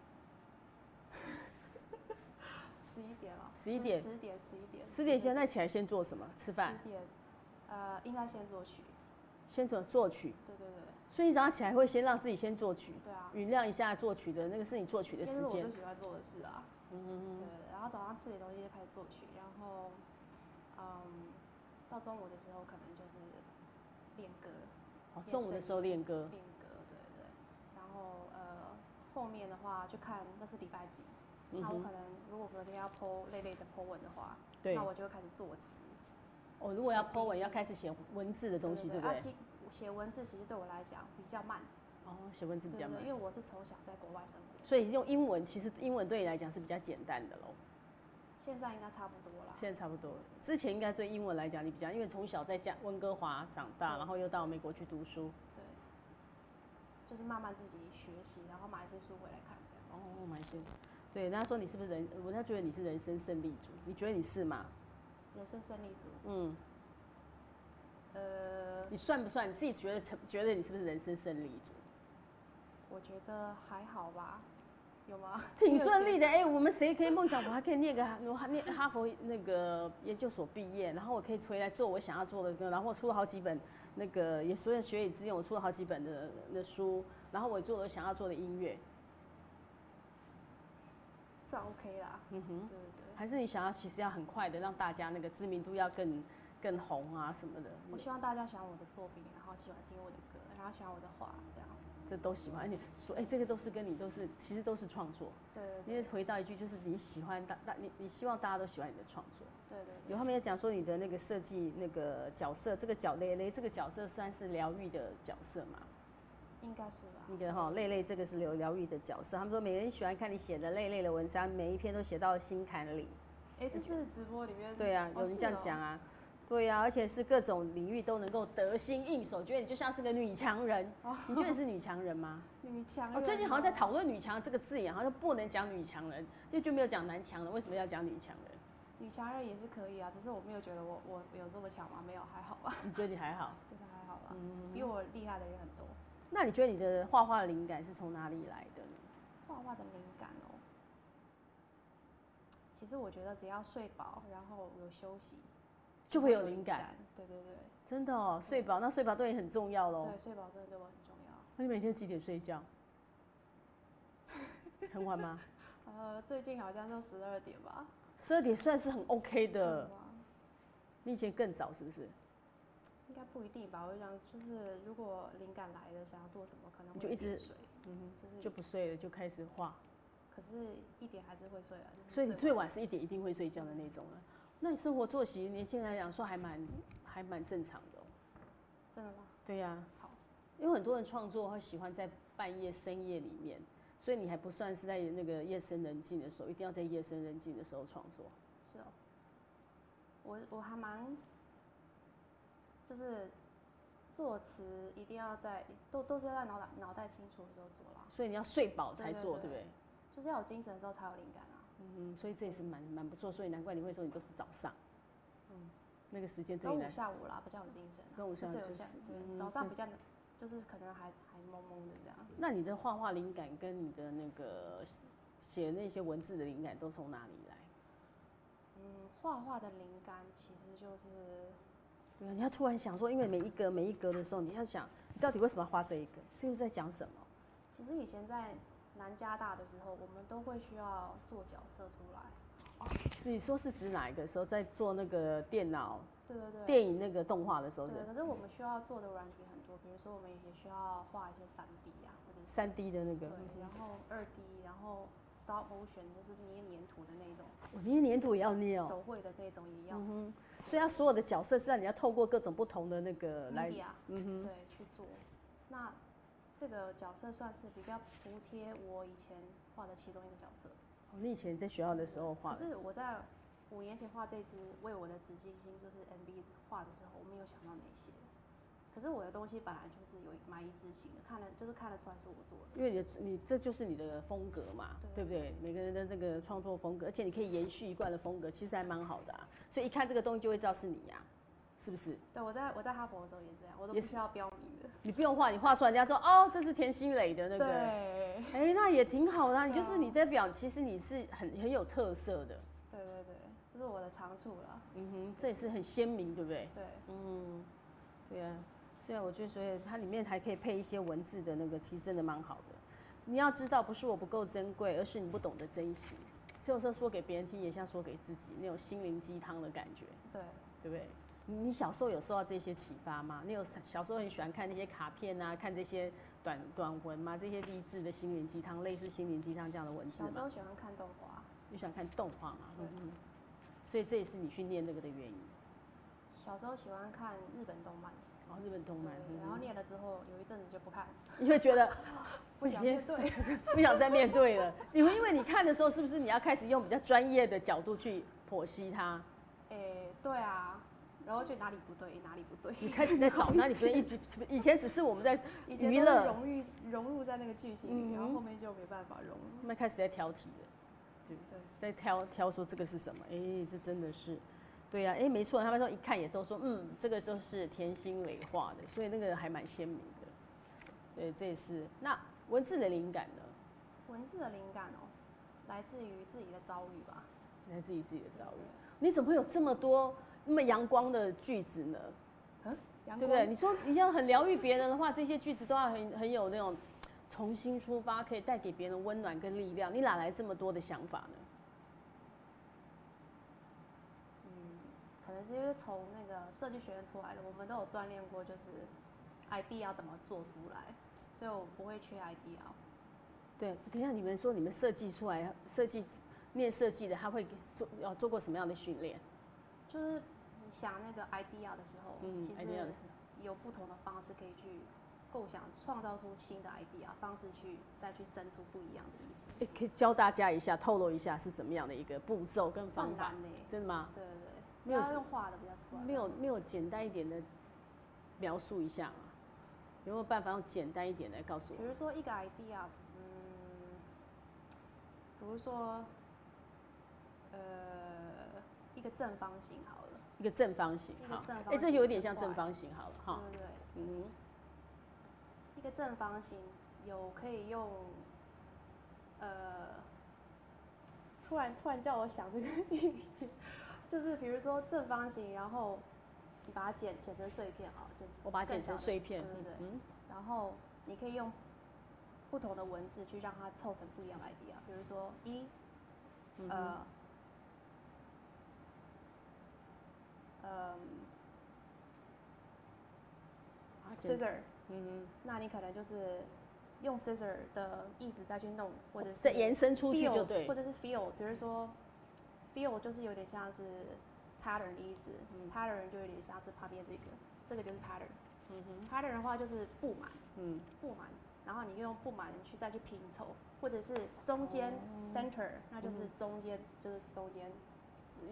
Speaker 2: 十一点了，
Speaker 1: 11点
Speaker 2: 十点，十一点，
Speaker 1: 十点前
Speaker 2: 在
Speaker 1: 那起来先做什么？吃饭，
Speaker 2: 十点，呃，应该先作曲，
Speaker 1: 先做作曲。
Speaker 2: 对对对
Speaker 1: 所以你早上起来会先让自己先作曲，
Speaker 2: 对啊，
Speaker 1: 酝酿一下作曲的那个是你作曲的
Speaker 2: 因为
Speaker 1: 时
Speaker 2: 是我
Speaker 1: 间
Speaker 2: 最。喜欢做的事啊，
Speaker 1: 嗯，
Speaker 2: 对，然后早上吃点东西就开始作曲，然后，嗯，到中午的时候可能就是练歌，
Speaker 1: 哦，中午的时候练歌，
Speaker 2: 练歌，对对对。然后呃，后面的话就看那是礼拜几，
Speaker 1: 嗯
Speaker 2: 那我
Speaker 1: 哼，
Speaker 2: 可能如果隔天要 PO 累累的 PO 文的话，
Speaker 1: 对
Speaker 2: 那。我就会开始作词。
Speaker 1: 哦，如果要
Speaker 2: 写
Speaker 1: po 文，要开始写文字的东西，对
Speaker 2: 对啊
Speaker 1: 不对
Speaker 2: 啊，？记写文字其实对我来讲比较慢，
Speaker 1: 哦，写文字比较
Speaker 2: 对
Speaker 1: 慢
Speaker 2: 对，因，为我是从小在国外生活，
Speaker 1: 所以用英文其实英文对你来讲是比较简单的喽。
Speaker 2: 现在应该差不多啦。
Speaker 1: 现在差不多了，之前应该对英文来讲你比较，因为从小在家温哥华长大，
Speaker 2: 嗯
Speaker 1: 然后又到美国去读书。
Speaker 2: 对，就是慢慢自己学习，然后买一些书回来看这样。
Speaker 1: 哦，蛮先。对，人家说你是不是人？人家觉得你是人生胜利组，你觉得你是吗？
Speaker 2: 人生胜利组，
Speaker 1: 嗯，
Speaker 2: 呃，
Speaker 1: 你算不算？你自己觉得成觉得你是不是人生胜利组？
Speaker 2: 我觉得还好吧，有吗？ [laughs]
Speaker 1: 挺顺利的，哎、我们谁可以梦想？我还可以念个哈我还念哈佛那个研究所毕业，然后我可以回来做我想要做的歌，然后我出了好几本那个也所有学以致用，我出了好几本的的书，然后我也做了我想要做的音乐。
Speaker 2: 算 OK 啦。
Speaker 1: 嗯哼。
Speaker 2: 对对对，
Speaker 1: 还是你想要其实要很快的让大家那个知名度要更更红啊什么的，
Speaker 2: 我希望大家喜欢我的作品，然后喜欢听我的歌，然后喜欢我的画，这样。
Speaker 1: 这都喜欢。而且说，哎、这个都是跟你都是其实都是创作。
Speaker 2: 对对
Speaker 1: 因为回到一句，就是你喜欢大大你你希望大家都喜欢你的创作。
Speaker 2: 对对
Speaker 1: 有他们也讲说你的那个设计那个角色，这个角蕾蕾这个角色算是疗愈的角色嘛？
Speaker 2: 对，应该是吧。
Speaker 1: 那个哈蕾蕾这个是疗疗愈的角色，他们说每个人喜欢看你写的累累的文章，每一篇都写到心坎里。
Speaker 2: 哎，这是直播里面。
Speaker 1: 对啊，
Speaker 2: 哦
Speaker 1: 有人这样。
Speaker 2: 是哦
Speaker 1: 讲啊，对啊，而且是各种领域都能够得心应手，觉得你就像是个女强人。
Speaker 2: 哦
Speaker 1: 你觉得你是女强人吗？
Speaker 2: [laughs] 女强人
Speaker 1: 哦，
Speaker 2: 哦。
Speaker 1: 最近好像在讨论“女强”这个字眼，好像不能讲女强人，就就没有讲男强人，为什么要讲女强人？
Speaker 2: 女强人也是可以啊，只是我没有觉得我我我有这么强吗？没有，还好吧，
Speaker 1: 你觉得你还好？
Speaker 2: 就是还好吧。
Speaker 1: 嗯
Speaker 2: 比我厉害的人很多。
Speaker 1: 那你觉得你的画画灵感是从哪里来的呢？
Speaker 2: 画画的灵感哦，其实我觉得只要睡饱，然后有休息，
Speaker 1: 就会有灵感，
Speaker 2: 感。对对对，
Speaker 1: 真的哦，睡饱，那睡饱对你很重要喽。
Speaker 2: 对，睡饱真的对我很重要。
Speaker 1: 那你每天几点睡觉？很晚吗？
Speaker 2: 呃，最近好像就十二点吧。
Speaker 1: 十二点算是很 OK
Speaker 2: 差
Speaker 1: 的，
Speaker 2: 不多啊
Speaker 1: 你以前更早是不是？
Speaker 2: 应该不一定吧？我就想，就是如果灵感来了，想要做什么，可能
Speaker 1: 你
Speaker 2: 会
Speaker 1: 就一直
Speaker 2: 点睡，
Speaker 1: 嗯
Speaker 2: 就是
Speaker 1: 哼，就不睡了，就开始画。
Speaker 2: 可是一点还是会睡啊。就是
Speaker 1: 所以你
Speaker 2: 最
Speaker 1: 最晚是一点一定会睡觉的那种了。那你生活作息，年轻人来讲说还蛮还蛮正常的、哦。
Speaker 2: 真的吗？
Speaker 1: 对呀、
Speaker 2: 好，
Speaker 1: 因为很多人创作会喜欢在半夜深夜里面，所以你还不算是在那个夜深人静的时候，一定要在夜深人静的时候创作。
Speaker 2: 是哦。我我还蛮，就是作词一定要在都都是在脑袋脑袋清楚的时候做啦，
Speaker 1: 所以你要睡饱才做，对
Speaker 2: 对
Speaker 1: 不
Speaker 2: 对
Speaker 1: 对？
Speaker 2: 就是要有精神的时候才有灵感啊。
Speaker 1: 嗯，所以这也是蛮蛮不错，所以难怪你会说你都是早上，嗯，那个时间对
Speaker 2: 中
Speaker 1: 你
Speaker 2: 午
Speaker 1: 来
Speaker 2: 下午啦，比较有精神、啊。
Speaker 1: 中午下午
Speaker 2: 最有
Speaker 1: 就
Speaker 2: 下
Speaker 1: 是嗯
Speaker 2: 对，早上比较就是可能还还懵懵的这样。
Speaker 1: 那你的画画灵感跟你的那个写那些文字的灵感都从哪里来？
Speaker 2: 嗯，画画的灵感其实就是
Speaker 1: 对啊，你要突然想说，因为每一格每一格的时候，你要想你到底为什么要画这一个，这个在讲什么？
Speaker 2: 其实以前在南加大的时候，我们都会需要做角色出来。
Speaker 1: 是你说是指哪一个时候在做那个电脑
Speaker 2: 对对对。
Speaker 1: 电影那个动画的时候是嗯
Speaker 2: 对，可是我们需要做的软体很多，比如说我们也需要画一些三 D 啊，或者是
Speaker 1: 三 D 的那个？嗯
Speaker 2: 对，然后二 D，然后 stop motion 就是捏粘土的那一种，
Speaker 1: 我捏粘土也要捏哦。
Speaker 2: 手绘的那种也要
Speaker 1: 嗯哼，所以它所有的角色是让你要透过各种不同的那个来，
Speaker 2: media
Speaker 1: 嗯哼，
Speaker 2: 对去做。那这个角色算是比较服贴我以前画的其中一个角色。
Speaker 1: 哦你以前在学校的时候哦画
Speaker 2: 可
Speaker 1: 的，
Speaker 2: 是我在五年前画这只为我的紫金星就是 MV 画的时候，我没有想到哪些。可是我的东西本来就是有蛮一致性的，看得就是看得出来是我做的。
Speaker 1: 因为你的你这就是你的风格嘛，对
Speaker 2: 对
Speaker 1: 不对？每个人的那个创作风格，而且你可以延续一贯的风格，其实还蛮好的啊。所以一看这个东西就会知道是你呀、是不是？
Speaker 2: 对，我在我在哈佛的时候也这样，我都
Speaker 1: 也
Speaker 2: 不需要标明的。
Speaker 1: 你不用画，你画出来人家说哦，这是田心磊的那个，
Speaker 2: 对
Speaker 1: 哎、那也挺好的啊、你
Speaker 2: 对
Speaker 1: 就
Speaker 2: 啊
Speaker 1: 是你在表，其实你是很很有特色的，
Speaker 2: 对对对，这是我的长处了。
Speaker 1: 嗯哼，这也是很鲜明，对不对？
Speaker 2: 对，
Speaker 1: 嗯，对啊，所以我觉得，所以它里面还可以配一些文字的那个，其实真的蛮好的。你要知道，不是我不够珍贵，而是你不懂得珍惜。这种时候说给别人听，也像说给自己，那种心灵鸡汤的感觉，
Speaker 2: 对，
Speaker 1: 对不对？你你小时候有受到这些启发吗？你有小时候很喜欢看那些卡片啊，看这些短短文吗？这些励志的心灵鸡汤，类似心灵鸡汤这样的文字
Speaker 2: 小时
Speaker 1: 吗？
Speaker 2: 候喜欢看动画，
Speaker 1: 你喜欢看动画吗？
Speaker 2: 对
Speaker 1: 嗯嗯。所以这也是你去念那个的原因。
Speaker 2: 小时候喜欢看日本动漫，
Speaker 1: 哦，日本动漫，
Speaker 2: 对
Speaker 1: 嗯
Speaker 2: 然后念了之后，有一阵子就不看，
Speaker 1: 你会觉得 [laughs]
Speaker 2: 不想面对。
Speaker 1: 不想再面对了。你会因为你看的时候，是不是你要开始用比较专业的角度去剖析它？
Speaker 2: 哎、对啊，然后就哪里不对，哪里不
Speaker 1: [laughs]
Speaker 2: 对。
Speaker 1: 你开始在找那你不是一直以前只是我们在
Speaker 2: 以前
Speaker 1: 娱
Speaker 2: 都是
Speaker 1: 乐
Speaker 2: 融入融入在那个剧情里，
Speaker 1: 嗯
Speaker 2: 然后
Speaker 1: 哼
Speaker 2: 后面就没办法融入。
Speaker 1: 慢慢开始在挑题了，对
Speaker 2: 对，
Speaker 1: 在挑挑说这个是什么？哎、这真的是。对呀、啊，哎，没错，他们说一看也都说，嗯，这个都是甜心美化的，所以那个还蛮鲜明的。对，这也是。那文字的灵感呢，
Speaker 2: 文字的灵感哦，来自于自己的遭遇吧。
Speaker 1: 来自于自己的遭遇。你怎么会有这么多那么阳光的句子呢？
Speaker 2: 嗯，阳
Speaker 1: 啊对
Speaker 2: 光
Speaker 1: 不对？你说你要很疗愈别人的话，这些句子都要很很有那种重新出发，可以带给别人温暖跟力量。你哪来这么多的想法呢？
Speaker 2: 可能是因为从那个设计学院出来的，我们都有锻炼过，就是 idea 要怎么做出来，所以我不会缺 idea。
Speaker 1: 对，等一下你们说你们设计出来，设计念设计的，他会做要做过什么样的训练？
Speaker 2: 就是你想那个 idea 的时候，
Speaker 1: 嗯
Speaker 2: 其
Speaker 1: ，idea 的
Speaker 2: 实
Speaker 1: 时
Speaker 2: 有不同的方式可以去构想、创造出新的 idea 方式去再去生出不一样的意思。
Speaker 1: 诶可以教大家一下，透露一下是怎么样的一个步骤跟方
Speaker 2: 很
Speaker 1: 法？
Speaker 2: 难呢、
Speaker 1: 真的吗？
Speaker 2: 对对对，
Speaker 1: 没有
Speaker 2: 要用画的比较出来。
Speaker 1: 没有没有简单一点的描述一下吗？有没有办法用简单一点来告诉我？
Speaker 2: 比如说一个 idea，嗯，比如说，呃，一个正方形好了，
Speaker 1: 一个正方形
Speaker 2: 一个
Speaker 1: 哈
Speaker 2: 正，方
Speaker 1: 哎，这
Speaker 2: 形
Speaker 1: 有
Speaker 2: 的
Speaker 1: 点像
Speaker 2: 块
Speaker 1: 正方形好了哈，
Speaker 2: 对不对？
Speaker 1: 嗯。
Speaker 2: 一个正方形有可以用，呃，突然突然叫我想这个例子，就是比如说正方形，然后你把它剪剪成碎片啊，剪
Speaker 1: 我把它剪成碎片，
Speaker 2: 更小的对对对，
Speaker 1: 嗯，
Speaker 2: 然后你可以用不同的文字去让它凑成不一样的 idea，比如说一，
Speaker 1: 嗯
Speaker 2: 呃，嗯
Speaker 1: 把它剪成
Speaker 2: ，scissor，
Speaker 1: 嗯
Speaker 2: 那你可能就是用 scissor 的意思再去弄，或者
Speaker 1: 哼
Speaker 2: 是，
Speaker 1: 再延伸出去
Speaker 2: feel，
Speaker 1: 就对
Speaker 2: 或，者是 feel，比如说 feel 就是有点像是 pattern 的意思、p a t t e r n 就有点像是旁边这个，这个就是 pattern，
Speaker 1: 嗯哼，
Speaker 2: pattern 的话就是布满，
Speaker 1: 嗯，
Speaker 2: 布满，然后你用布满去再去拼凑，或者是中间、center，那
Speaker 1: 哦嗯
Speaker 2: 就是中间，就是中间。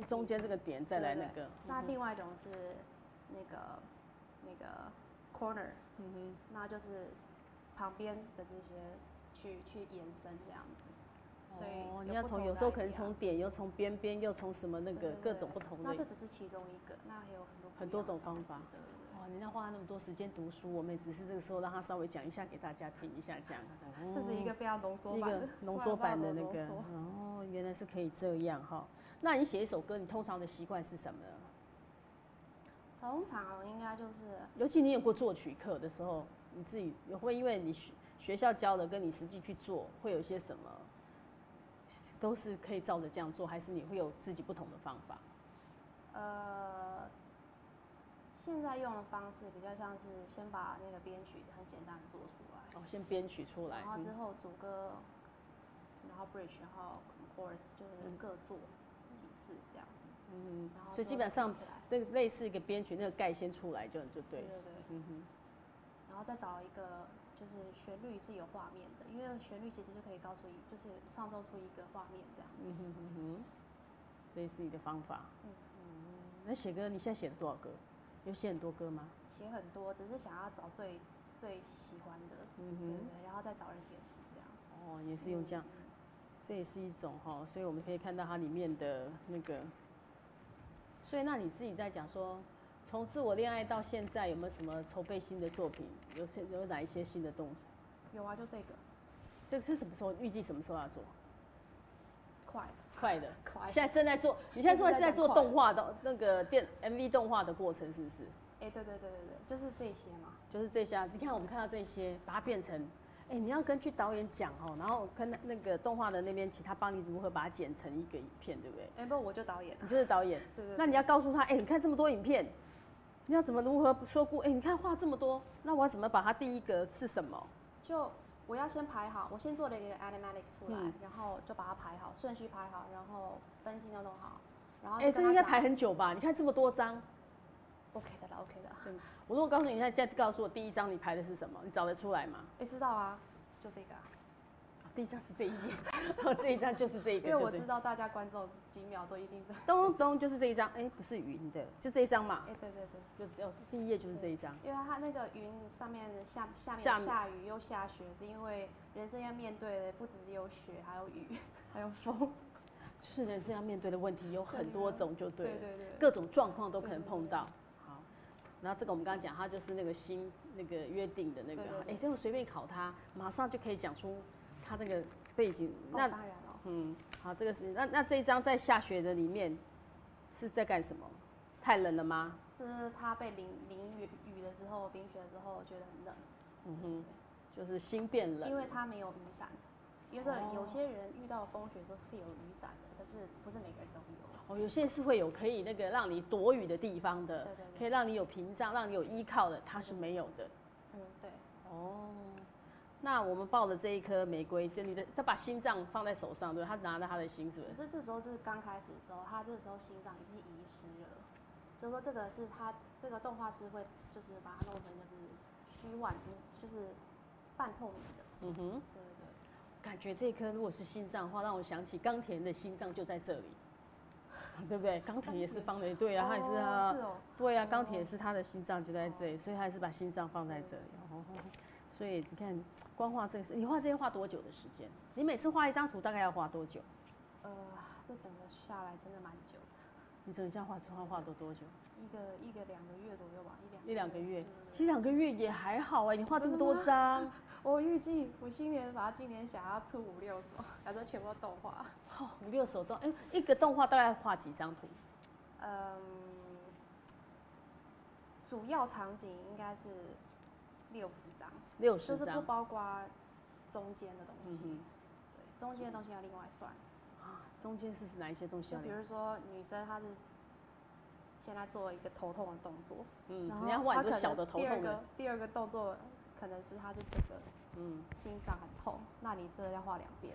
Speaker 1: 中间这个点再来那个，嗯
Speaker 2: 那另外一种是那个那个 corner，
Speaker 1: 嗯
Speaker 2: 那就是旁边的这些去去延伸这样子，
Speaker 1: 哼，
Speaker 2: 所以
Speaker 1: 哦，
Speaker 2: 不
Speaker 1: 你要从
Speaker 2: 同
Speaker 1: 有
Speaker 2: 的
Speaker 1: 时候可能
Speaker 2: idea
Speaker 1: 从点，又从边边，又从什么那
Speaker 2: 对
Speaker 1: 个
Speaker 2: 对
Speaker 1: 各
Speaker 2: 对
Speaker 1: 种不同
Speaker 2: 那
Speaker 1: 的。
Speaker 2: 这只是其中一个，那还有很多不
Speaker 1: 很
Speaker 2: 一
Speaker 1: 多
Speaker 2: 样的
Speaker 1: 种方
Speaker 2: 式
Speaker 1: 法
Speaker 2: 对对对
Speaker 1: 哇，人家哦花那么多时间读书，我们也只是这个时候让他稍微讲一下给大家听一下，这样。哦
Speaker 2: 这是一个非常浓缩
Speaker 1: 嗯一
Speaker 2: 版 [laughs]
Speaker 1: 个
Speaker 2: 的，
Speaker 1: 浓
Speaker 2: 不
Speaker 1: 缩
Speaker 2: 然我
Speaker 1: 版
Speaker 2: 不
Speaker 1: 的
Speaker 2: 知
Speaker 1: 那
Speaker 2: 道怎么
Speaker 1: 个
Speaker 2: 浓缩
Speaker 1: 哦，原来是可以这样哈。那你写一首歌，你通常的习惯是什么呢？
Speaker 2: 通常啊应该就是
Speaker 1: 尤其你有过作曲课的时候，你自己也会因为你学学校教的，跟你实际去做，会有一些什么，都是可以照着这样做，还是你会有自己不同的方法？
Speaker 2: 呃，现在用的方式比较像是先把那个编曲很简单的做出来，
Speaker 1: 哦，先编曲出来
Speaker 2: 然，后
Speaker 1: 嗯
Speaker 2: 之后主歌，然后 bridge，然后 chorus 就是各做几次这样子，
Speaker 1: 嗯
Speaker 2: 然后
Speaker 1: 所以
Speaker 2: 之
Speaker 1: 基
Speaker 2: 后
Speaker 1: 本
Speaker 2: 组
Speaker 1: 上
Speaker 2: 起来
Speaker 1: 那个类似一个编曲，那个概先出来就就对
Speaker 2: 对
Speaker 1: 了，
Speaker 2: 对对，
Speaker 1: 嗯哼，
Speaker 2: 然后再找一个就是旋律是有画面的，因为旋律其实就可以告诉你，就是创造出一个画面这样子。
Speaker 1: 嗯哼哼哼，这也是一个方法。
Speaker 2: 嗯
Speaker 1: 嗯，那写歌你现在写了多少歌？有写很多歌吗？
Speaker 2: 写很多，只是想要找最最喜欢的，
Speaker 1: 嗯
Speaker 2: 对
Speaker 1: 哼，
Speaker 2: 对对，然后再找人解释这样。
Speaker 1: 哦，也是用这样。这也是一种哈，所以我们可以看到它里面的那个。所以，那你自己在讲说，从自我恋爱到现在，有没有什么筹备新的作品？有些有哪一些新的动作？
Speaker 2: 有啊，就这个
Speaker 1: 这个是什么时候？预计什么时候要做？
Speaker 2: 快
Speaker 1: 快的，
Speaker 2: 快。
Speaker 1: 现在正在做。你现在说的是在做
Speaker 2: 正在讲快
Speaker 1: 动画的，那个电 MV 动画的过程，是不是？
Speaker 2: 哎、对对对对对，就是这些嘛。
Speaker 1: 就是这下，你看我们看到这些，把它变成，哎、你要根据导演讲哦，然后跟那个动画的那边，请他帮你如何把它剪成一个影片，对不对？
Speaker 2: 哎、不，我就导演了。
Speaker 1: 你就是导演。
Speaker 2: 对对
Speaker 1: 那你要告诉他，哎、你看这么多影片，你要怎么如何说故？哎、你看画这么多，那我要怎么把它第一个是什么？
Speaker 2: 就我要先排好，我先做了一个 animatic 出来，
Speaker 1: 嗯
Speaker 2: 然后就把它排好，顺序排好，然后分镜都弄好，然后
Speaker 1: 哎、这
Speaker 2: 就跟他
Speaker 1: 应该
Speaker 2: 讲
Speaker 1: 排很久吧？你看这么多张，
Speaker 2: OK 的啦，OK 的啦。
Speaker 1: 我如果告诉你，那你下次告诉我第一张你排的是什么，你找得出来吗？
Speaker 2: 哎，知道啊，就这个啊，
Speaker 1: 哦第一张是这一页， [laughs] 哦这一张就是这个，
Speaker 2: 因为我
Speaker 1: 就这
Speaker 2: 知道大家观众几秒都一定在。
Speaker 1: 咚咚就是这一张，哎，不是云的，就这一张嘛，
Speaker 2: 哎，对对对，
Speaker 1: 就哦第一页就是这一张。
Speaker 2: 因为它那个云上面下下
Speaker 1: 下面
Speaker 2: 面下雨又下雪，是因为人生要面对的不只是有雪，还有雨， [laughs] 还有风。
Speaker 1: 就是人生要面对的问题有很多种，就对了，
Speaker 2: 对对
Speaker 1: 各种状况都可能
Speaker 2: 嗯
Speaker 1: 碰到。好，然后这个我们刚刚讲，它就是那个新那个约定的那个
Speaker 2: 对对，
Speaker 1: 哎，这样随便考他，马上就可以讲出他那个背景。
Speaker 2: 那
Speaker 1: 那
Speaker 2: 当然哦，
Speaker 1: 嗯，好，这个是那那这一张在下雪的里面是在干什么？太冷了吗？
Speaker 2: 这是他被淋淋雨雨的时候，冰雪的时候觉得很冷，
Speaker 1: 嗯哼，就是心变冷，哦
Speaker 2: 因为他没有雨伞。因为有些人遇到风雪的时候是有雨伞的，可是不是每个人都有。
Speaker 1: 哦，有些是会有可以那个让你躲雨的地方的，
Speaker 2: 对对对
Speaker 1: 呃可以让你有屏障，让你有依靠的，它是没有的。
Speaker 2: 嗯，对，
Speaker 1: 哦，那我们抱的这一颗玫瑰，就你的，他把心脏放在手上，对不对，他拿着他的心，是不
Speaker 2: 只
Speaker 1: 是？
Speaker 2: 是这时候是刚开始的时候，他这时候心脏已经遗失了，就是说这个是他这个动画师会就是把它弄成就是虚幻，就是半透明的。
Speaker 1: 嗯哼，
Speaker 2: 对对对。
Speaker 1: 感觉这一颗如果是心脏的话，让我想起钢铁人的心脏就在这里， [laughs] 对不对？钢铁也是放的，对啊，他也是啊，
Speaker 2: 哦，是哦，
Speaker 1: 对啊，
Speaker 2: 哦
Speaker 1: 钢铁是他的心脏就在这里，所以他还是把心脏放在这里。哦， [laughs] 所以你看，光画这个，你画这些画多久的时间？你每次画一张图大概要画多久？
Speaker 2: 呃，这整个下来真的蛮久的，
Speaker 1: 你整个这样画画画都多久？
Speaker 2: 一个一个两个月左右吧，一两
Speaker 1: 一两个月
Speaker 2: 对对，
Speaker 1: 其实两个月也还好哎、你画这么
Speaker 2: 真的
Speaker 1: 多
Speaker 2: 吗
Speaker 1: 张，
Speaker 2: 对我预计我今年把它今年想要出五六首， [laughs] 反正全部都动画。
Speaker 1: 哦，五六手动，哎、一个动画大概画几张图？
Speaker 2: 嗯，主要场景应该是六十张，
Speaker 1: 六
Speaker 2: 就
Speaker 1: 十
Speaker 2: 是不
Speaker 1: 张。
Speaker 2: 包括中间的东
Speaker 1: 嗯
Speaker 2: 西。
Speaker 1: 哼，
Speaker 2: 对，中间的东西要另外算，
Speaker 1: 啊，中间是哪一些东西
Speaker 2: 就
Speaker 1: 要
Speaker 2: 比
Speaker 1: 留？
Speaker 2: 如说女生她是现在做一个头痛的动作，
Speaker 1: 嗯，
Speaker 2: 然
Speaker 1: 人家
Speaker 2: 后
Speaker 1: 画
Speaker 2: 他
Speaker 1: 很多
Speaker 2: 可
Speaker 1: 小
Speaker 2: 能
Speaker 1: 的头
Speaker 2: 第二
Speaker 1: 痛
Speaker 2: 个
Speaker 1: 的，
Speaker 2: 第二个动作可能是他是这个
Speaker 1: 嗯，
Speaker 2: 心脏很痛，那你这要画两遍。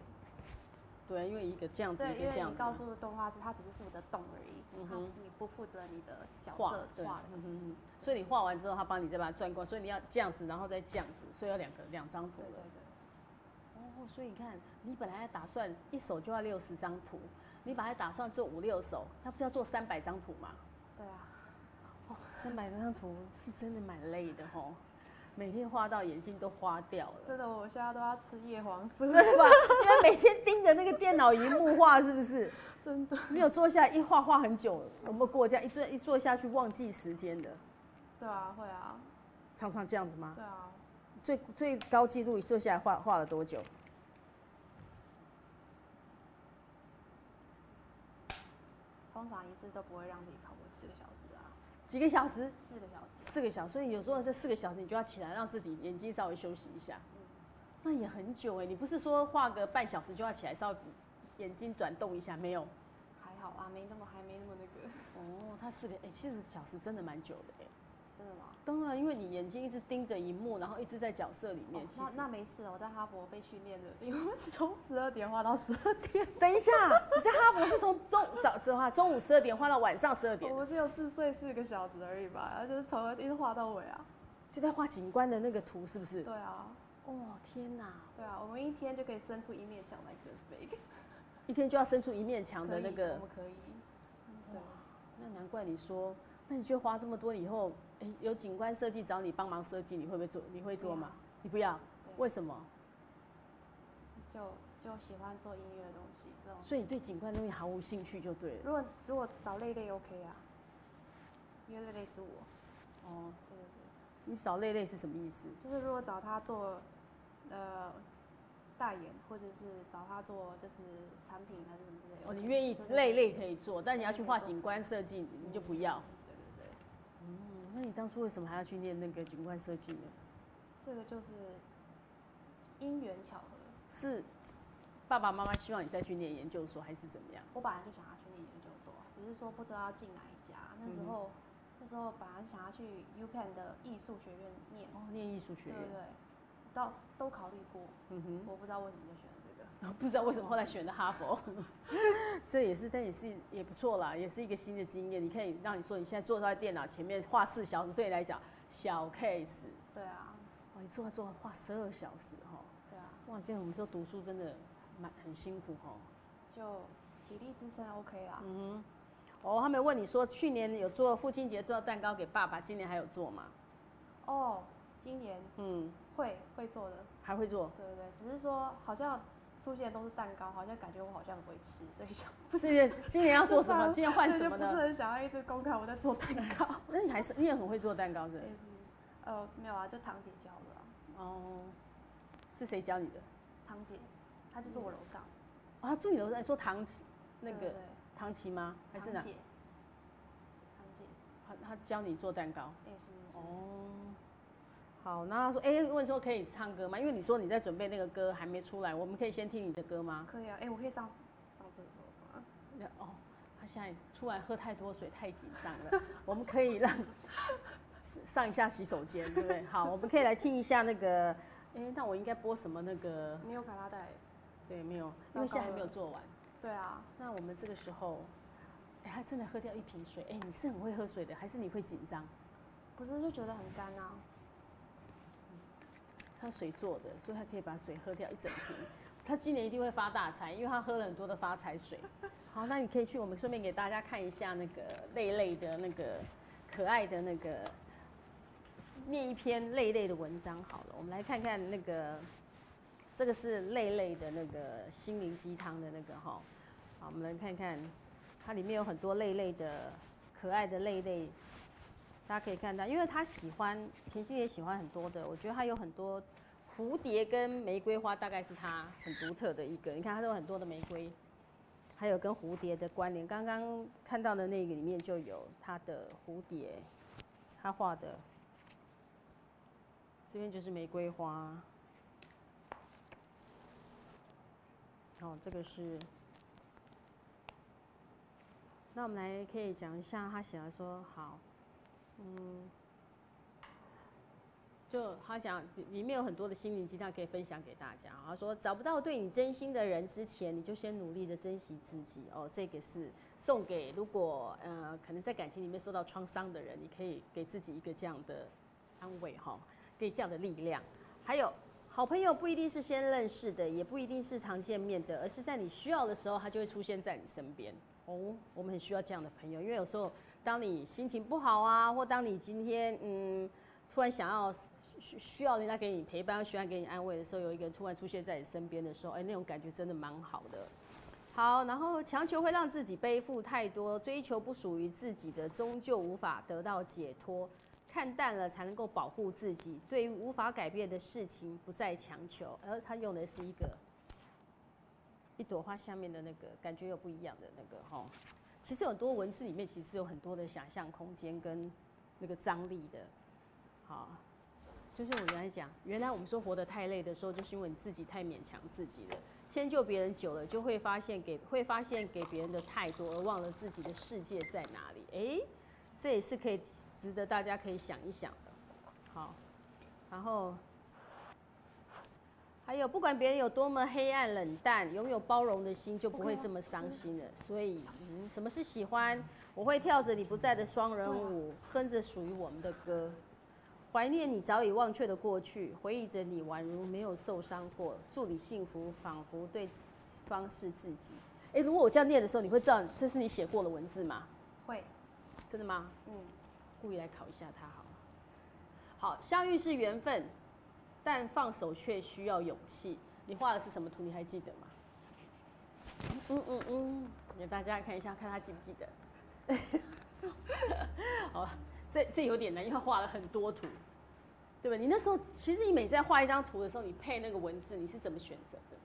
Speaker 1: 对，因为一个这样子，
Speaker 2: 对，
Speaker 1: 一
Speaker 2: 因
Speaker 1: 个这
Speaker 2: 为
Speaker 1: 样
Speaker 2: 你
Speaker 1: 子
Speaker 2: 告
Speaker 1: 嘛，
Speaker 2: 诉动画师，他只是负责动而已，
Speaker 1: 嗯
Speaker 2: 他
Speaker 1: 哼
Speaker 2: 你不负责你的角
Speaker 1: 画
Speaker 2: 色
Speaker 1: 对嗯
Speaker 2: 画的东西。
Speaker 1: 所以你画完之后，他帮你再把它转过来，所以你要这样子，然后再这样子，所以要两个两张图
Speaker 2: 对对
Speaker 1: 了。
Speaker 2: 对，
Speaker 1: 哦，所以你看，你本来打算一手就要六十张图，你本来打算做五六手，那不是要做三百张图吗？
Speaker 2: 对啊，
Speaker 1: 哦，三百张图是真的蛮累的吼，每天画到眼睛都花掉了。
Speaker 2: 真的，我现在都要吃叶黄素，
Speaker 1: 真的吧？因为每天盯着那个电脑荧幕画，是不是？
Speaker 2: 真的。
Speaker 1: 没有坐下来一画画很久，有没有过这样一坐一坐下去忘记时间的？
Speaker 2: 对啊，会啊，
Speaker 1: 常常这样子吗？
Speaker 2: 对啊，
Speaker 1: 最最高纪录一坐下来画画了多久？
Speaker 2: 通常一次都不会让自己超过四个小时啊，
Speaker 1: 几个小时？
Speaker 2: 四个小时。
Speaker 1: 四个小时。所以有时候这四个小时你就要起来，让自己眼睛稍微休息一下。那也很久哎、你不是说画个半小时就要起来，稍微眼睛转动一下没有？
Speaker 2: 还好啊，没那么还没那么那个，
Speaker 1: 哦，他四个哎，四、0十小时真的蛮久的哎、
Speaker 2: 真的吗？
Speaker 1: 当然，因为你眼睛一直盯着荧幕，然后一直在角色里面，
Speaker 2: 哦
Speaker 1: 其
Speaker 2: 那
Speaker 1: 实
Speaker 2: 那没事哦，我在哈佛被训练的，因为从十二点画到十二点。
Speaker 1: 等一下，你在哈佛是从中早时话，中午十二点画到晚上十二点
Speaker 2: 我，们只有四睡四个小时而已吧，然后就是从一直画到尾啊。
Speaker 1: 就在画景观的那个图，是不是？
Speaker 2: 对啊，
Speaker 1: 哦，天哪，
Speaker 2: 对啊，我们一天就可以生出一面墙来 this big。
Speaker 1: 一天就要生出一面墙的那
Speaker 2: 可以
Speaker 1: 个
Speaker 2: 我，们可以。嗯对
Speaker 1: 哇，那难怪你说，那你就花这么多以后，哎、有景观设计找你帮忙设计，你会不会做？你会做吗？你不要，
Speaker 2: 啊对，
Speaker 1: 为什么？
Speaker 2: 就就喜欢做音乐的东西这种。
Speaker 1: 所以你对景观的东西毫无兴趣就对了。
Speaker 2: 如果如果找累累 OK 啊，因为累累是我。
Speaker 1: 哦，
Speaker 2: 对对对，
Speaker 1: 你找累累是什么意思？
Speaker 2: 就是如果找他做，呃。代言，或者是找他做就是产品还是什么之类的。
Speaker 1: 哦，你愿意
Speaker 2: 就是
Speaker 1: 累累可以做，但你要去画
Speaker 2: 对
Speaker 1: 景观设计，你就不要。
Speaker 2: 对对对。
Speaker 1: 嗯，那你当初为什么还要去念那个景观设计呢？
Speaker 2: 这个就是因缘巧合，
Speaker 1: 是爸爸妈妈希望你再去念研究所，还是怎么样？
Speaker 2: 我本来就想要去念研究所，啊只是说不知道要进哪一家。那
Speaker 1: 嗯
Speaker 2: 时候、那时候本来想要去 UPenn 的艺术学院念，
Speaker 1: 哦，念艺术学
Speaker 2: 对
Speaker 1: 院
Speaker 2: 不。对？都都考虑过，
Speaker 1: 嗯哼，
Speaker 2: 我不知道为什么就选了这个。
Speaker 1: [laughs] 不知道为什么后来选的哈佛， [laughs] 这也是，但也是也不错啦，也是一个新的经验。你可以让你说，你现在坐在电脑前面画四小时，对你来讲小 case，
Speaker 2: 对啊，
Speaker 1: 哦，你坐坐画十二小时哈、
Speaker 2: 对啊，
Speaker 1: 哇，现在我们说读书真的蛮很辛苦哈、
Speaker 2: 就体力支撑 OK 啦。
Speaker 1: 嗯哼，哦，他们问你说去年有做父亲节做蛋糕给爸爸，今年还有做吗？
Speaker 2: 哦，今年
Speaker 1: 嗯，
Speaker 2: 会会做的，
Speaker 1: 还会做，
Speaker 2: 对对对，只是说好像出现都是蛋糕，好像感觉我好像不会吃，所以就
Speaker 1: 不是今年要做什么，今年
Speaker 2: [laughs]
Speaker 1: 换
Speaker 2: 所以
Speaker 1: 什
Speaker 2: 就
Speaker 1: 么
Speaker 2: 不
Speaker 1: 呢？
Speaker 2: 是很想要一直公开我在做蛋糕。 [laughs]
Speaker 1: 那你还是你也很会做蛋糕是不是？
Speaker 2: 也是呃，没有啊，就堂姐教的啊、
Speaker 1: 哦，是谁教你的？
Speaker 2: 堂姐，她就是我楼上
Speaker 1: 啊、哦，他住你楼上，你说唐琪那
Speaker 2: 对
Speaker 1: 个
Speaker 2: 对
Speaker 1: 唐琪吗？还是
Speaker 2: 堂
Speaker 1: 哪？
Speaker 2: 姐，堂姐
Speaker 1: 他他教你做蛋糕。
Speaker 2: 也是是
Speaker 1: 哦，好，那他说，哎、问说可以唱歌吗？因为你说你在准备那个歌还没出来，我们可以先听你的歌吗？
Speaker 2: 可以啊，哎、我可以上上厕所吗？
Speaker 1: 那哦，他现在出来喝太多水，太紧张了。我们可以让上一下洗手间，对不对？好，我们可以来听一下那个，哎、那我应该播什么？那个
Speaker 2: 没有卡拉带，
Speaker 1: 对，没有，因
Speaker 2: 糟
Speaker 1: 为现在
Speaker 2: 糕
Speaker 1: 还没有
Speaker 2: 了
Speaker 1: 做完。
Speaker 2: 对啊，
Speaker 1: 那我们这个时候，哎、他真的喝掉一瓶水。哎、你是很会喝水的，还是你会紧张？
Speaker 2: 不是就觉得很干啊，
Speaker 1: 他水做的，所以他可以把水喝掉一整瓶。他今年一定会发大财，因为他喝了很多的发财水。 [laughs] 好，那你可以去，我们顺便给大家看一下那个累累的那个可爱的那个，念一篇累累的文章好了。我们来看看那个，这个是累累的那个心灵鸡汤的那个哈。好，我们来看看，它里面有很多累累的可爱的累累大家可以看到，因为他喜欢甜心也喜欢很多的，我觉得他有很多蝴蝶跟玫瑰花，大概是他很独特的一个。你看，他都有很多的玫瑰，还有跟蝴蝶的关联。刚刚看到的那个里面就有他的蝴蝶，他画的。这边就是玫瑰花，好，这个是。那我们来可以讲一下，他写的说好。就他想里里面有很多的心灵鸡汤可以分享给大家。他说，找不到对你真心的人之前，你就先努力的珍惜自己。哦，这个是送给如果呃可能在感情里面受到创伤的人，你可以给自己一个这样的安慰哈、给这样的力量。还有。好朋友不一定是先认识的，也不一定是常见面的，而是在你需要的时候，他就会出现在你身边。哦，我们很需要这样的朋友，因为有时候当你心情不好啊，或当你今天嗯突然想要需需要人家给你陪伴，需要给你安慰的时候，有一个人突然出现在你身边的时候，哎、那种感觉真的蛮好的。好，然后强求会让自己背负太多，追求不属于自己的，终究无法得到解脱。看淡了才能够保护自己，对于无法改变的事情不再强求。而他用的是一个一朵花下面的那个感觉有不一样的那个哈。其实很多文字里面其实有很多的想象空间跟那个张力的。好，就是我原来讲，原来我们说活得太累的时候，就是因为你自己太勉强自己了，迁就别人久了，就会发现给会发现给别人的太多，而忘了自己的世界在哪里。诶，这也是可以值得大家可以想一想的。好，然后。还有，不管别人有多么黑暗冷淡，拥有包容的心就不会这么伤心了。所以，嗯，什么是喜欢？我会跳着你不在的双人舞，哼着属于我们的歌。怀念你早已忘却的过去，回忆着你宛如没有受伤过。祝你幸福，仿佛对方是自己。诶，如果我这样念的时候，你会知道这是你写过的文字吗？
Speaker 2: 会，
Speaker 1: 真的吗？
Speaker 2: 嗯，
Speaker 1: 故意来考一下他好了。好，相遇是缘分，但放手却需要勇气。你画的是什么图？你还记得吗？嗯嗯嗯，给大家看一下，看他记不记得。 [laughs] 好了，这这有点难，因为画了很多图，对吧？你那时候其实你每在画一张图的时候，你配那个文字，你是怎么选择的？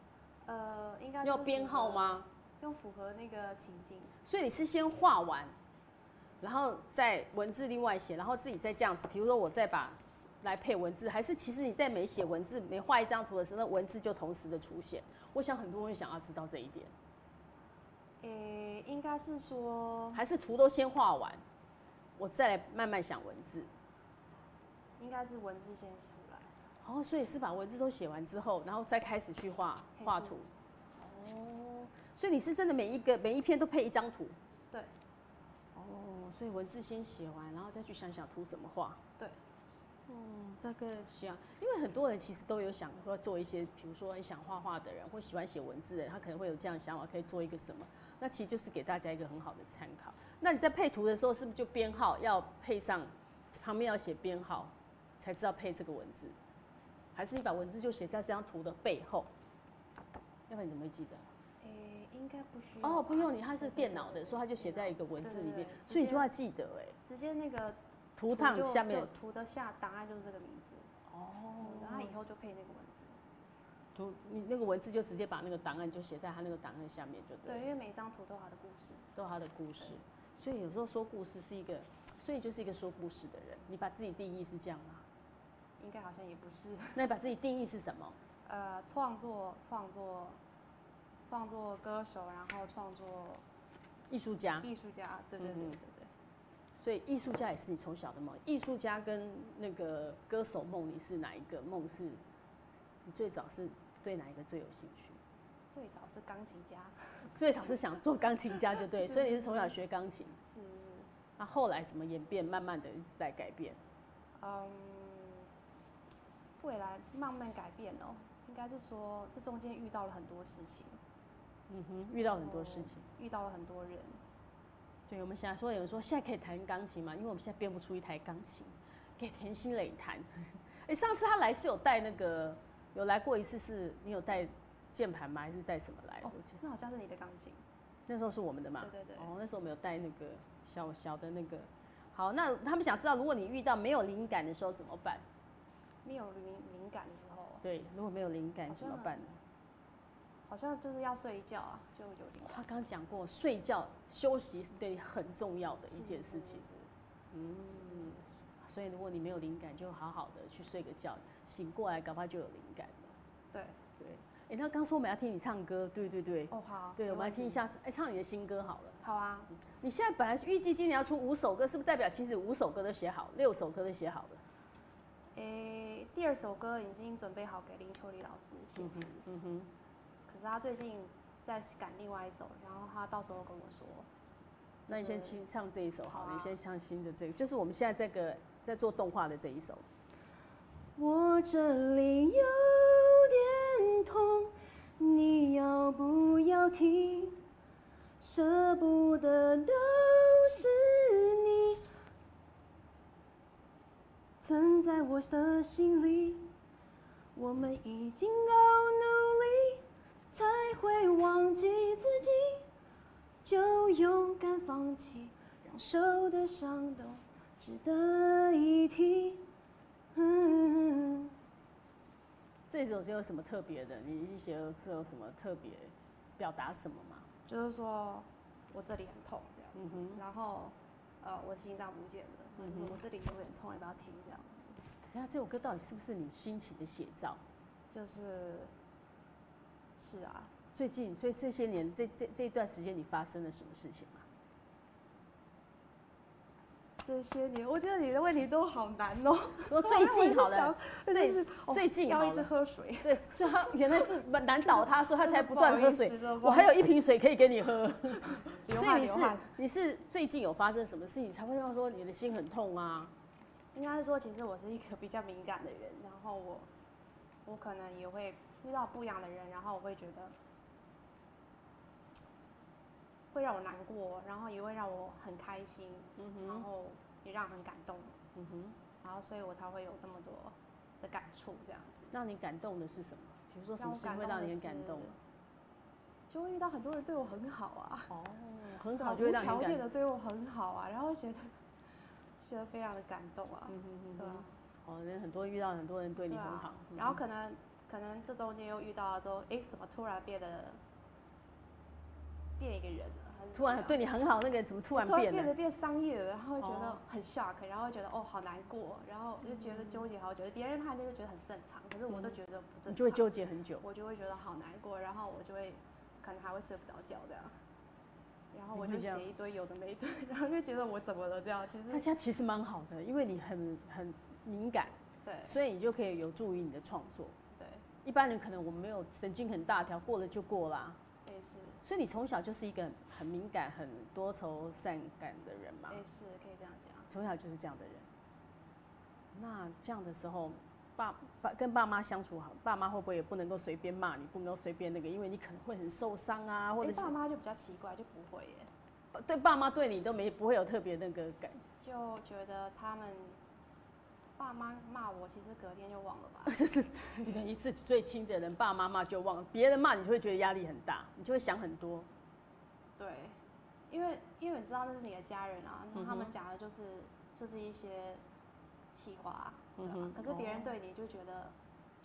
Speaker 2: 呃，应该
Speaker 1: 要
Speaker 2: 就是
Speaker 1: 编
Speaker 2: 符
Speaker 1: 号
Speaker 2: 合？
Speaker 1: 吗？
Speaker 2: 用符合那个情境，
Speaker 1: 所以你是先画完，然后再文字另外写，然后自己再这样子，比如说我再把来配文字，还是其实你在每写文字、每画一张图的时候，那文字就同时的出现。我想很多人想要知道这一点，
Speaker 2: 诶、应该是说，
Speaker 1: 还是图都先画完，我再来慢慢想文字。
Speaker 2: 应该是文字先出来，
Speaker 1: 哦，所以是把文字都写完之后，然后再开始去画
Speaker 2: 开始
Speaker 1: 画图。哦，所以你是真的每一个每一篇都配一张图。
Speaker 2: 对。
Speaker 1: 哦，所以文字先写完，然后再去想想图怎么画。
Speaker 2: 对。
Speaker 1: 嗯，这个想，因为很多人其实都有想说做一些，比如说想画画的人或喜欢写文字的人，他可能会有这样的想法，可以做一个什么？那其实就是给大家一个很好的参考。那你在配图的时候，是不是就编号要配上，旁边要写编号，才知道配这个文字？还是你把文字就写在这张图的背后？要不然你怎么会记得？
Speaker 2: 诶、应该不需要
Speaker 1: 哦，不用你，
Speaker 2: 吧
Speaker 1: 它是电脑的，所以它就写在一个文字里
Speaker 2: 对
Speaker 1: 面
Speaker 2: 对对，
Speaker 1: 所以你就
Speaker 2: 直接
Speaker 1: 要记得哎、
Speaker 2: 直接那个
Speaker 1: 图档
Speaker 2: 就
Speaker 1: 下面
Speaker 2: 就图的下档案就是这个名字，嗯然后
Speaker 1: 哦，
Speaker 2: 以后就配那个文字。
Speaker 1: 图你那个文字就直接把那个档案就写在它那个档案下面就对
Speaker 2: 对，
Speaker 1: 了，
Speaker 2: 因为每一张图都有它的故事。
Speaker 1: 都有它的故事。所以有时候说故事是一个，所以就是一个说故事的人。你把自己定义是这样吗？ [laughs]
Speaker 2: 应该好像也不是，
Speaker 1: 那你把自己定义是什么？
Speaker 2: 呃，创作、创作、创作歌手，然后创作
Speaker 1: 艺术家。
Speaker 2: 艺术家，对对对
Speaker 1: 嗯
Speaker 2: 对对，
Speaker 1: 所以艺术家也是你从小的梦。艺术家跟那个歌手梦，你是哪一个梦？是你最早是对哪一个最有兴趣？
Speaker 2: 最早是钢琴家，
Speaker 1: 最早是想做钢琴家，就对，
Speaker 2: 是
Speaker 1: 所以你是从小学钢琴。
Speaker 2: 是是是，
Speaker 1: 那后来怎么演变？慢慢的一直在改变。
Speaker 2: 嗯，未来慢慢改变哦，应该是说这中间遇到了很多事情，
Speaker 1: 嗯哼，遇到很多事情。
Speaker 2: 遇到了很多人，
Speaker 1: 对，我们想说有人说现在可以弹钢琴吗？因为我们现在编不出一台钢琴，给田心磊弹。 [laughs] 哎、上次他来是有带那个，有来过一次是，你有带键盘吗？还是带什么来？
Speaker 2: 哦
Speaker 1: 我记得
Speaker 2: 那好像是你的钢琴，
Speaker 1: 那时候是我们的嘛。
Speaker 2: 对对对，
Speaker 1: 哦，那时候我们有带那个小小的那个。好，那他们想知道，如果你遇到没有灵感的时候怎么办？
Speaker 2: 没有灵灵感的时候，
Speaker 1: 对，如果没有灵感怎么办呢？
Speaker 2: 好像就是要睡一觉啊，就有灵
Speaker 1: 他刚刚讲过，睡觉休息是对你很重要的
Speaker 2: 感
Speaker 1: 一件事情。，嗯，所以如果你没有灵感，就好好的去睡个觉，醒过来，搞不好就有灵感了。
Speaker 2: 对，
Speaker 1: 对，哎、那刚说我们要听你唱歌，对对对，
Speaker 2: 哦
Speaker 1: 嗯
Speaker 2: 好，
Speaker 1: 对，
Speaker 2: 没
Speaker 1: 我们来
Speaker 2: 问
Speaker 1: 听一
Speaker 2: 题，
Speaker 1: 下，哎、唱你的新歌好了。
Speaker 2: 好啊，
Speaker 1: 你现在本来是预计今年要出五首歌，是不是代表其实五首歌都写好，六首歌都写好了？
Speaker 2: 诶、第二首歌已经准备好给林秋离老师写词，
Speaker 1: 嗯哼，
Speaker 2: 可是他最近在赶另外一首，然后他到时候跟我说，
Speaker 1: 那你先
Speaker 2: 就是
Speaker 1: 清唱这一首好
Speaker 2: 好
Speaker 1: 了，
Speaker 2: 啊
Speaker 1: 你先唱新的这个，就是我们现在这个在做动画的这一首。
Speaker 2: 我这里有点痛，你要不要听？舍不得都是你，存在我的心里。我们已经够努力，才会忘记自己，就勇敢放弃，让受的伤都值得一提。嗯，
Speaker 1: 这首是有什么特别的？你你写的是有什么特别表达什么吗？
Speaker 2: 就是说我这里很痛这样，
Speaker 1: 嗯哼，
Speaker 2: 然后呃我心脏不见了，
Speaker 1: 嗯
Speaker 2: 嗯
Speaker 1: 哼、
Speaker 2: 我这里有点痛，要不要停这样？
Speaker 1: 等一下这首歌到底是不是你心情的写照？
Speaker 2: 就是是啊，
Speaker 1: 最近，所以这些年这这这一段时间，你发生了什么事情吗？
Speaker 2: 这些年我觉得你的问题都好难哦。
Speaker 1: 说 [laughs] 最近好了，
Speaker 2: 了，我
Speaker 1: 最
Speaker 2: 也是想就是
Speaker 1: 最近好
Speaker 2: 要一直
Speaker 1: 了，
Speaker 2: 喝水，
Speaker 1: 对，所以他原来是难倒他， [laughs] 所以他才
Speaker 2: 真的
Speaker 1: 不断
Speaker 2: 好
Speaker 1: 喝
Speaker 2: 意思
Speaker 1: 水。，
Speaker 2: 真的不
Speaker 1: 我
Speaker 2: 好
Speaker 1: 还
Speaker 2: 意
Speaker 1: 有一瓶水可以给你喝。
Speaker 2: 思流
Speaker 1: 所以
Speaker 2: 汗
Speaker 1: 你
Speaker 2: 流
Speaker 1: 是
Speaker 2: 汗
Speaker 1: 你是最近有发生什么事情才会让说你的心很痛啊？
Speaker 2: 应该是说，其实我是一个比较敏感的人，然后我我可能也会遇到不一样的人，然后我会觉得会让我难过，然后也会让我很开心，
Speaker 1: 嗯
Speaker 2: 然后也让我很感动，
Speaker 1: 哼，嗯哼，
Speaker 2: 然后所以我才会有这么多的感触，这样子。
Speaker 1: 让你感动的是什么？比如说什
Speaker 2: 让
Speaker 1: 么
Speaker 2: 我
Speaker 1: 事情
Speaker 2: 感
Speaker 1: 会
Speaker 2: 动
Speaker 1: 让
Speaker 2: 的
Speaker 1: 你很
Speaker 2: 是
Speaker 1: 感动？，
Speaker 2: 就会遇到很多人对我很好啊，
Speaker 1: 哦，很好，就会
Speaker 2: 无
Speaker 1: 让你
Speaker 2: 条
Speaker 1: 感
Speaker 2: 件
Speaker 1: 动。
Speaker 2: 的对我很好啊，然后觉得觉得非常的感动啊，
Speaker 1: 嗯哼嗯
Speaker 2: 对啊
Speaker 1: 哼，。哦，那很多遇到很多人对你很好，嗯
Speaker 2: 然后可能可能这中间又遇到了之后，哎，怎么突然变得变一个人了？还是
Speaker 1: 突然
Speaker 2: 怎么
Speaker 1: 对你很好，那个人怎么突然
Speaker 2: 样突然
Speaker 1: 变
Speaker 2: 变
Speaker 1: 了？
Speaker 2: 得变商业了，然后觉
Speaker 1: 哦
Speaker 2: 得很 shock，、然后觉得哦好难过，然后就觉得纠结好久，别人看见就觉得很正常，可是我都觉得不正常，
Speaker 1: 你就会纠结很久。
Speaker 2: 我就会觉得好难过，然后我就会可能还会睡不着觉这样。然后
Speaker 1: 你
Speaker 2: 我
Speaker 1: 会
Speaker 2: 就
Speaker 1: 这样
Speaker 2: 写一堆有的没的，然后就觉得我怎么了这样，其
Speaker 1: 大
Speaker 2: 实
Speaker 1: 家其实蛮好的，因为你很很敏感，
Speaker 2: 对
Speaker 1: 所以你就可以有助于你的创作。
Speaker 2: 对
Speaker 1: 一般人可能我们没有神经很大条，过了就过啦。啊所以你从小就是一个很敏感、很多愁善感的人嘛
Speaker 2: 哎、，是可以这样讲。
Speaker 1: 从小就是这样的人。那这样的时候，爸爸跟爸妈相处好，爸妈会不会也不能够随便骂你，不能够随便那个，因为你可能会很受伤啊，或
Speaker 2: 哎、
Speaker 1: 者是
Speaker 2: 爸妈就比较奇怪，就不会耶，
Speaker 1: 对爸妈对你都没不会有特别那个感， [laughs]
Speaker 2: 就觉得他们爸妈骂我，其实隔天就忘了
Speaker 1: [laughs]
Speaker 2: 吧。
Speaker 1: 你可能自己最亲的人，爸妈骂就忘了，别人骂你就会觉得压力很大，你就会想很多。
Speaker 2: 对，因为因为你知道那是你的家人啊，那他
Speaker 1: 嗯
Speaker 2: 们讲的就是、就是一些气话、啊，对吧、
Speaker 1: 嗯哼
Speaker 2: 可是别
Speaker 1: 哦
Speaker 2: 人对你就觉得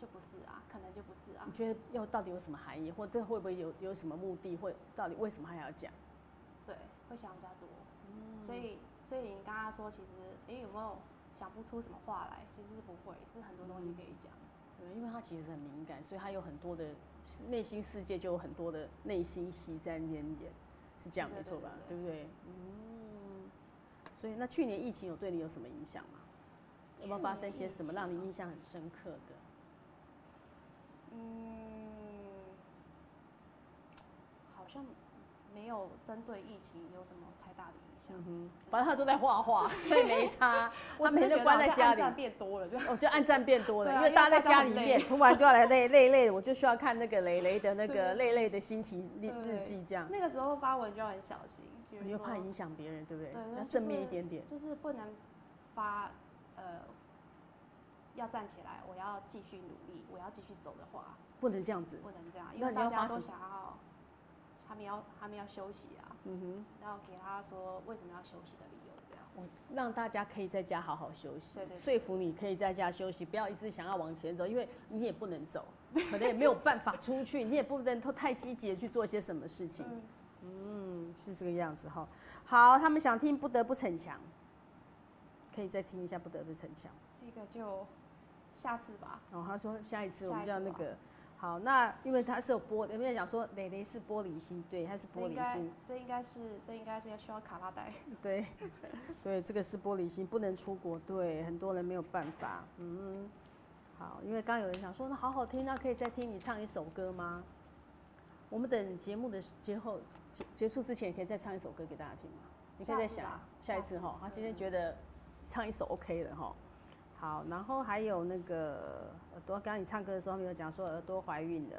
Speaker 2: 就不是啊，可能就不是啊
Speaker 1: 你，觉得要到底有什么含义，或这会不会有有什么目的，或到底为什么还要讲？
Speaker 2: 对，会想比较多。
Speaker 1: 嗯
Speaker 2: 所以所以你刚刚说，其实哎、诶有没有想不出什么话来？其实是不会，是很多东西可以讲。
Speaker 1: 对，因为他其实很敏感，所以他有很多的内心世界，就有很多的内心戏在里面演，是这样
Speaker 2: 对
Speaker 1: 没
Speaker 2: 对
Speaker 1: 错吧？对
Speaker 2: 对
Speaker 1: 不对？嗯。所以那去年疫情有对你有什么影响吗？有没有
Speaker 2: 去
Speaker 1: 发
Speaker 2: 年
Speaker 1: 生一些
Speaker 2: 疫
Speaker 1: 什么
Speaker 2: 情
Speaker 1: 让你
Speaker 2: 啊
Speaker 1: 印象很深刻的？
Speaker 2: 嗯，好像没有针对疫情有什么太大的影响。。
Speaker 1: 嗯哼，反正他都在画画，所以没差
Speaker 2: 我
Speaker 1: 他每
Speaker 2: 只
Speaker 1: 天都
Speaker 2: 是觉得
Speaker 1: 关
Speaker 2: 好
Speaker 1: 在
Speaker 2: 像
Speaker 1: 家
Speaker 2: 暗
Speaker 1: 里，
Speaker 2: 战变多了，就
Speaker 1: 我觉得暗战变多了，
Speaker 2: 对啊
Speaker 1: 因为
Speaker 2: 因为
Speaker 1: 大家
Speaker 2: 大
Speaker 1: 在
Speaker 2: 家
Speaker 1: 家
Speaker 2: 很
Speaker 1: 里
Speaker 2: 累 [laughs]
Speaker 1: 面突然就要来累累累，我就需要看那个累累的那个
Speaker 2: 对
Speaker 1: 累累的心情日日
Speaker 2: 对
Speaker 1: 记这样，
Speaker 2: 那个时候发文就要很小心，比如
Speaker 1: 你又
Speaker 2: 说
Speaker 1: 怕影响别人，对不对
Speaker 2: 对？
Speaker 1: 要
Speaker 2: 就
Speaker 1: 正面一
Speaker 2: 是
Speaker 1: 点点。
Speaker 2: 就是不能发呃要站起来，我要继续努力，我要继续走的话，
Speaker 1: 不能这样子。
Speaker 2: 不能这样，因
Speaker 1: 那
Speaker 2: 为
Speaker 1: 你
Speaker 2: 大
Speaker 1: 要发
Speaker 2: 家都
Speaker 1: 什
Speaker 2: 想要，他们要他们要休息啊，
Speaker 1: 嗯哼，
Speaker 2: 然后给他说为什么要休息的理由，这样
Speaker 1: 我让大家可以在家好好休息，
Speaker 2: 对对对
Speaker 1: 说服你可以在家休息，不要一直想要往前走，因为你也不能走，可能也没有办法出去，你也不能都太积极的去做些什么事情。
Speaker 2: 嗯
Speaker 1: 嗯，是这个样子哈。好，他们想听，不得不逞强，可以再听一下，不得不逞强。
Speaker 2: 这个就下次吧。
Speaker 1: 然后他说下一次我
Speaker 2: 下
Speaker 1: 们
Speaker 2: 一
Speaker 1: 就要
Speaker 2: 次
Speaker 1: 那
Speaker 2: 吧
Speaker 1: 个。好，那因为他是有玻，人家讲说蕾蕾是玻璃心，对，他是
Speaker 2: 这
Speaker 1: 玻
Speaker 2: 应
Speaker 1: 璃
Speaker 2: 该
Speaker 1: 心，，
Speaker 2: 这应该是，这应该是要需要卡拉带。
Speaker 1: 对， [laughs] 对，这个是玻璃心，不能出国，对，很多人没有办法。嗯，好，因为刚刚有人想说，那好好听，那可以再听你唱一首歌吗？我们等节目的节后结结束之前，也可以再唱一首歌给大家听吗？你可以再想下
Speaker 2: 下
Speaker 1: 一
Speaker 2: 一
Speaker 1: 次
Speaker 2: 次吧下一次
Speaker 1: 哈。他今天觉得唱一首 OK 了哈。好，然后还有那个耳朵，刚刚你唱歌的时候没有讲说耳朵怀孕了，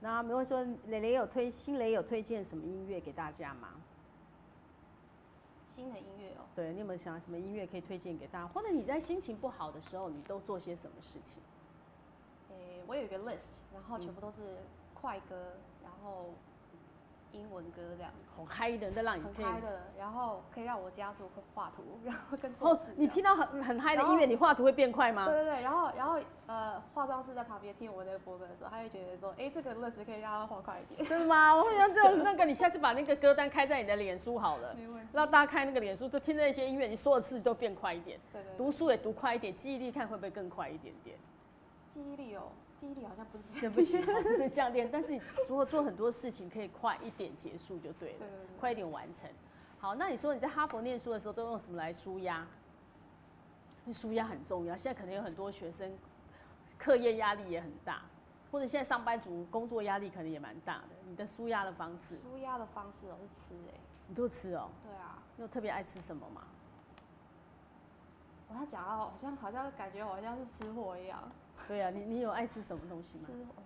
Speaker 1: 那他们会说蕾蕾有推新蕾有推荐什么音乐给大家吗？
Speaker 2: [laughs] 新的音乐哦，
Speaker 1: 对，你有没有想什么音乐可以推荐给大家？或者你在心情不好的时候，你都做些什么事情？
Speaker 2: 诶，我有一个 list，然后
Speaker 1: 嗯
Speaker 2: 全部都是快歌，然后英文歌这样，
Speaker 1: 很嗨的，再让你
Speaker 2: 很
Speaker 1: 可以。
Speaker 2: 嗨的，然后可以让我加速画图，然后跟做
Speaker 1: 哦
Speaker 2: 事，
Speaker 1: 你
Speaker 2: 这
Speaker 1: 听
Speaker 2: 样
Speaker 1: 到很很嗨的
Speaker 2: 然
Speaker 1: 音乐，你画图会变快
Speaker 2: 对
Speaker 1: 吗？
Speaker 2: 对对，然后然后呃，化妆师在旁边听我那个播歌的时候，他就觉得说，哎，这个 list 可以让他画快一
Speaker 1: [laughs]
Speaker 2: 点。
Speaker 1: 真的吗？我想这种那个，你下次把那个歌单开在你的脸书好了，
Speaker 2: 没问题。
Speaker 1: 让大家看那个脸书，就听那些音乐，你所有事都变快一点，
Speaker 2: 对对，
Speaker 1: 读书也读快一点，记忆力看会不会更快一点点？
Speaker 2: 记忆力哦，记忆力好像不是这
Speaker 1: 这
Speaker 2: 样
Speaker 1: 不行，不是这样练，但是你所有做很多事情可以快一点结束就对了，
Speaker 2: [laughs] 对对对，
Speaker 1: 快一点完成。好，那你说你在哈佛念书的时候都用什么来舒压？因为舒压很重要，现在可能有很多学生课业压力也很大，或者现在上班族工作压力可能也蛮大的。你的舒压的方式，
Speaker 2: 舒压的方式哦是吃哎，
Speaker 1: 你都吃哦、
Speaker 2: 对啊，
Speaker 1: 你有特别爱吃什么吗？
Speaker 2: 我要讲到好像好像感觉我好像是吃货一样，
Speaker 1: 对啊，你你有爱吃什么东西
Speaker 2: 吃
Speaker 1: 吗？
Speaker 2: 货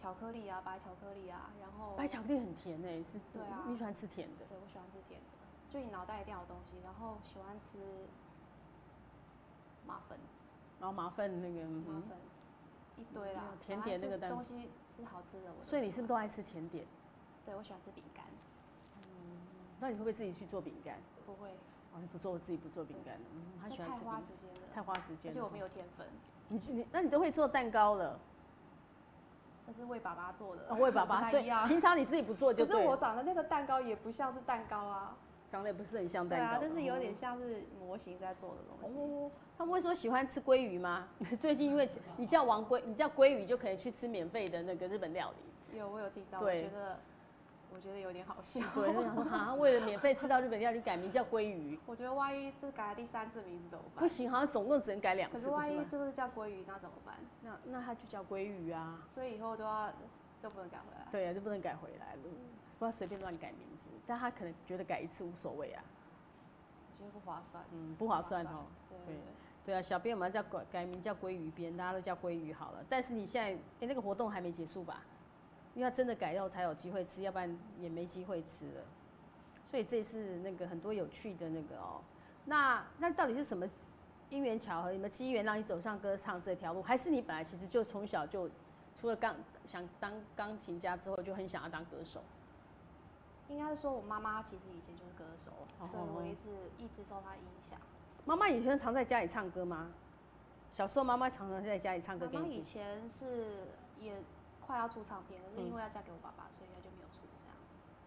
Speaker 2: 巧克力啊，白巧克力啊，然后
Speaker 1: 白巧克力很甜诶、是，
Speaker 2: 对啊
Speaker 1: 你喜欢吃甜的，
Speaker 2: 对，我喜欢吃甜的，就你脑袋一定要有东西，然后喜欢吃麻粉，
Speaker 1: 然后麻烦那个，嗯
Speaker 2: 麻
Speaker 1: 哼
Speaker 2: 粉、一堆啦
Speaker 1: 没有，甜
Speaker 2: 反
Speaker 1: 点
Speaker 2: 正
Speaker 1: 那
Speaker 2: 是
Speaker 1: 个
Speaker 2: 东西是好吃的，我
Speaker 1: 所以你是
Speaker 2: 喜
Speaker 1: 不是
Speaker 2: 欢
Speaker 1: 都爱吃甜点？
Speaker 2: 对我喜欢吃饼干，
Speaker 1: 那你会不会自己去做饼干？
Speaker 2: 不会，
Speaker 1: 哦，你不做，我自己不做饼干的，嗯，他
Speaker 2: 那
Speaker 1: 喜欢
Speaker 2: 太
Speaker 1: 吃饼
Speaker 2: 花
Speaker 1: 干，
Speaker 2: 时间了，
Speaker 1: 太花时间了。
Speaker 2: 而且我没有天分，
Speaker 1: 你你那你都会做蛋糕了，
Speaker 2: 那是为爸爸做的，
Speaker 1: 哦、会爸
Speaker 2: [laughs] 不
Speaker 1: 爸，
Speaker 2: 太
Speaker 1: 所以
Speaker 2: 一样。
Speaker 1: 平常你自己不 [laughs] 做就
Speaker 2: 可是
Speaker 1: 对了。
Speaker 2: 我长的那个蛋糕也不像是蛋糕啊，
Speaker 1: 长得也不是很像
Speaker 2: 对
Speaker 1: 蛋糕，
Speaker 2: 啊，但是有点像是模型在做的东西。
Speaker 1: 哦。他们会说喜欢吃鲑鱼吗？ [laughs] 最近因为你叫王鲑，你叫鲑鱼就可以去吃免费的那个日本料理。
Speaker 2: 有我有听到，我
Speaker 1: 对
Speaker 2: 觉得我觉得有点好笑。 [laughs]
Speaker 1: 对，我想说啊，为了免费吃到日本料理，改名叫鲑鱼，
Speaker 2: 我觉得万一这改了第三次名字怎么
Speaker 1: 不
Speaker 2: 办？
Speaker 1: 行，好像总共只能改两
Speaker 2: 可
Speaker 1: 次，
Speaker 2: 是
Speaker 1: 不
Speaker 2: 万
Speaker 1: 是
Speaker 2: 一
Speaker 1: 吗？
Speaker 2: 就是叫鲑鱼，那怎么办？
Speaker 1: 那那他就叫鲑鱼啊。
Speaker 2: 所以以后都要都不能赶回来。
Speaker 1: 对呀、啊就不能改回来了，不要随便乱改名字。但他可能觉得改一次无所谓啊，
Speaker 2: 我觉得不划算，
Speaker 1: 嗯，不划算哦。
Speaker 2: 对
Speaker 1: 对
Speaker 2: 对对，
Speaker 1: 对啊，小编我们要叫改改名叫鲑鱼编，大家都叫鲑鱼好了。但是你现在，哎、那个活动还没结束吧？因为要真的改到才有机会吃，要不然也没机会吃了。所以这次那个很多有趣的那个哦，那那到底是什么因缘巧合？你们机缘让你走上歌唱这条路，还是你本来其实就从小就除了钢想当钢琴家之后，就很想要当歌手？
Speaker 2: 应该是说我妈妈其实以前就是歌手，
Speaker 1: 哦
Speaker 2: 所以我一直一直受她影响。
Speaker 1: 妈妈以前常在家里唱歌吗？小时候妈妈常常在家里唱歌给
Speaker 2: 妈妈
Speaker 1: 你
Speaker 2: 以
Speaker 1: 听。
Speaker 2: 前是也快要出唱片，可是
Speaker 1: 嗯
Speaker 2: 因为要嫁给我爸爸，所以她就没有出这样。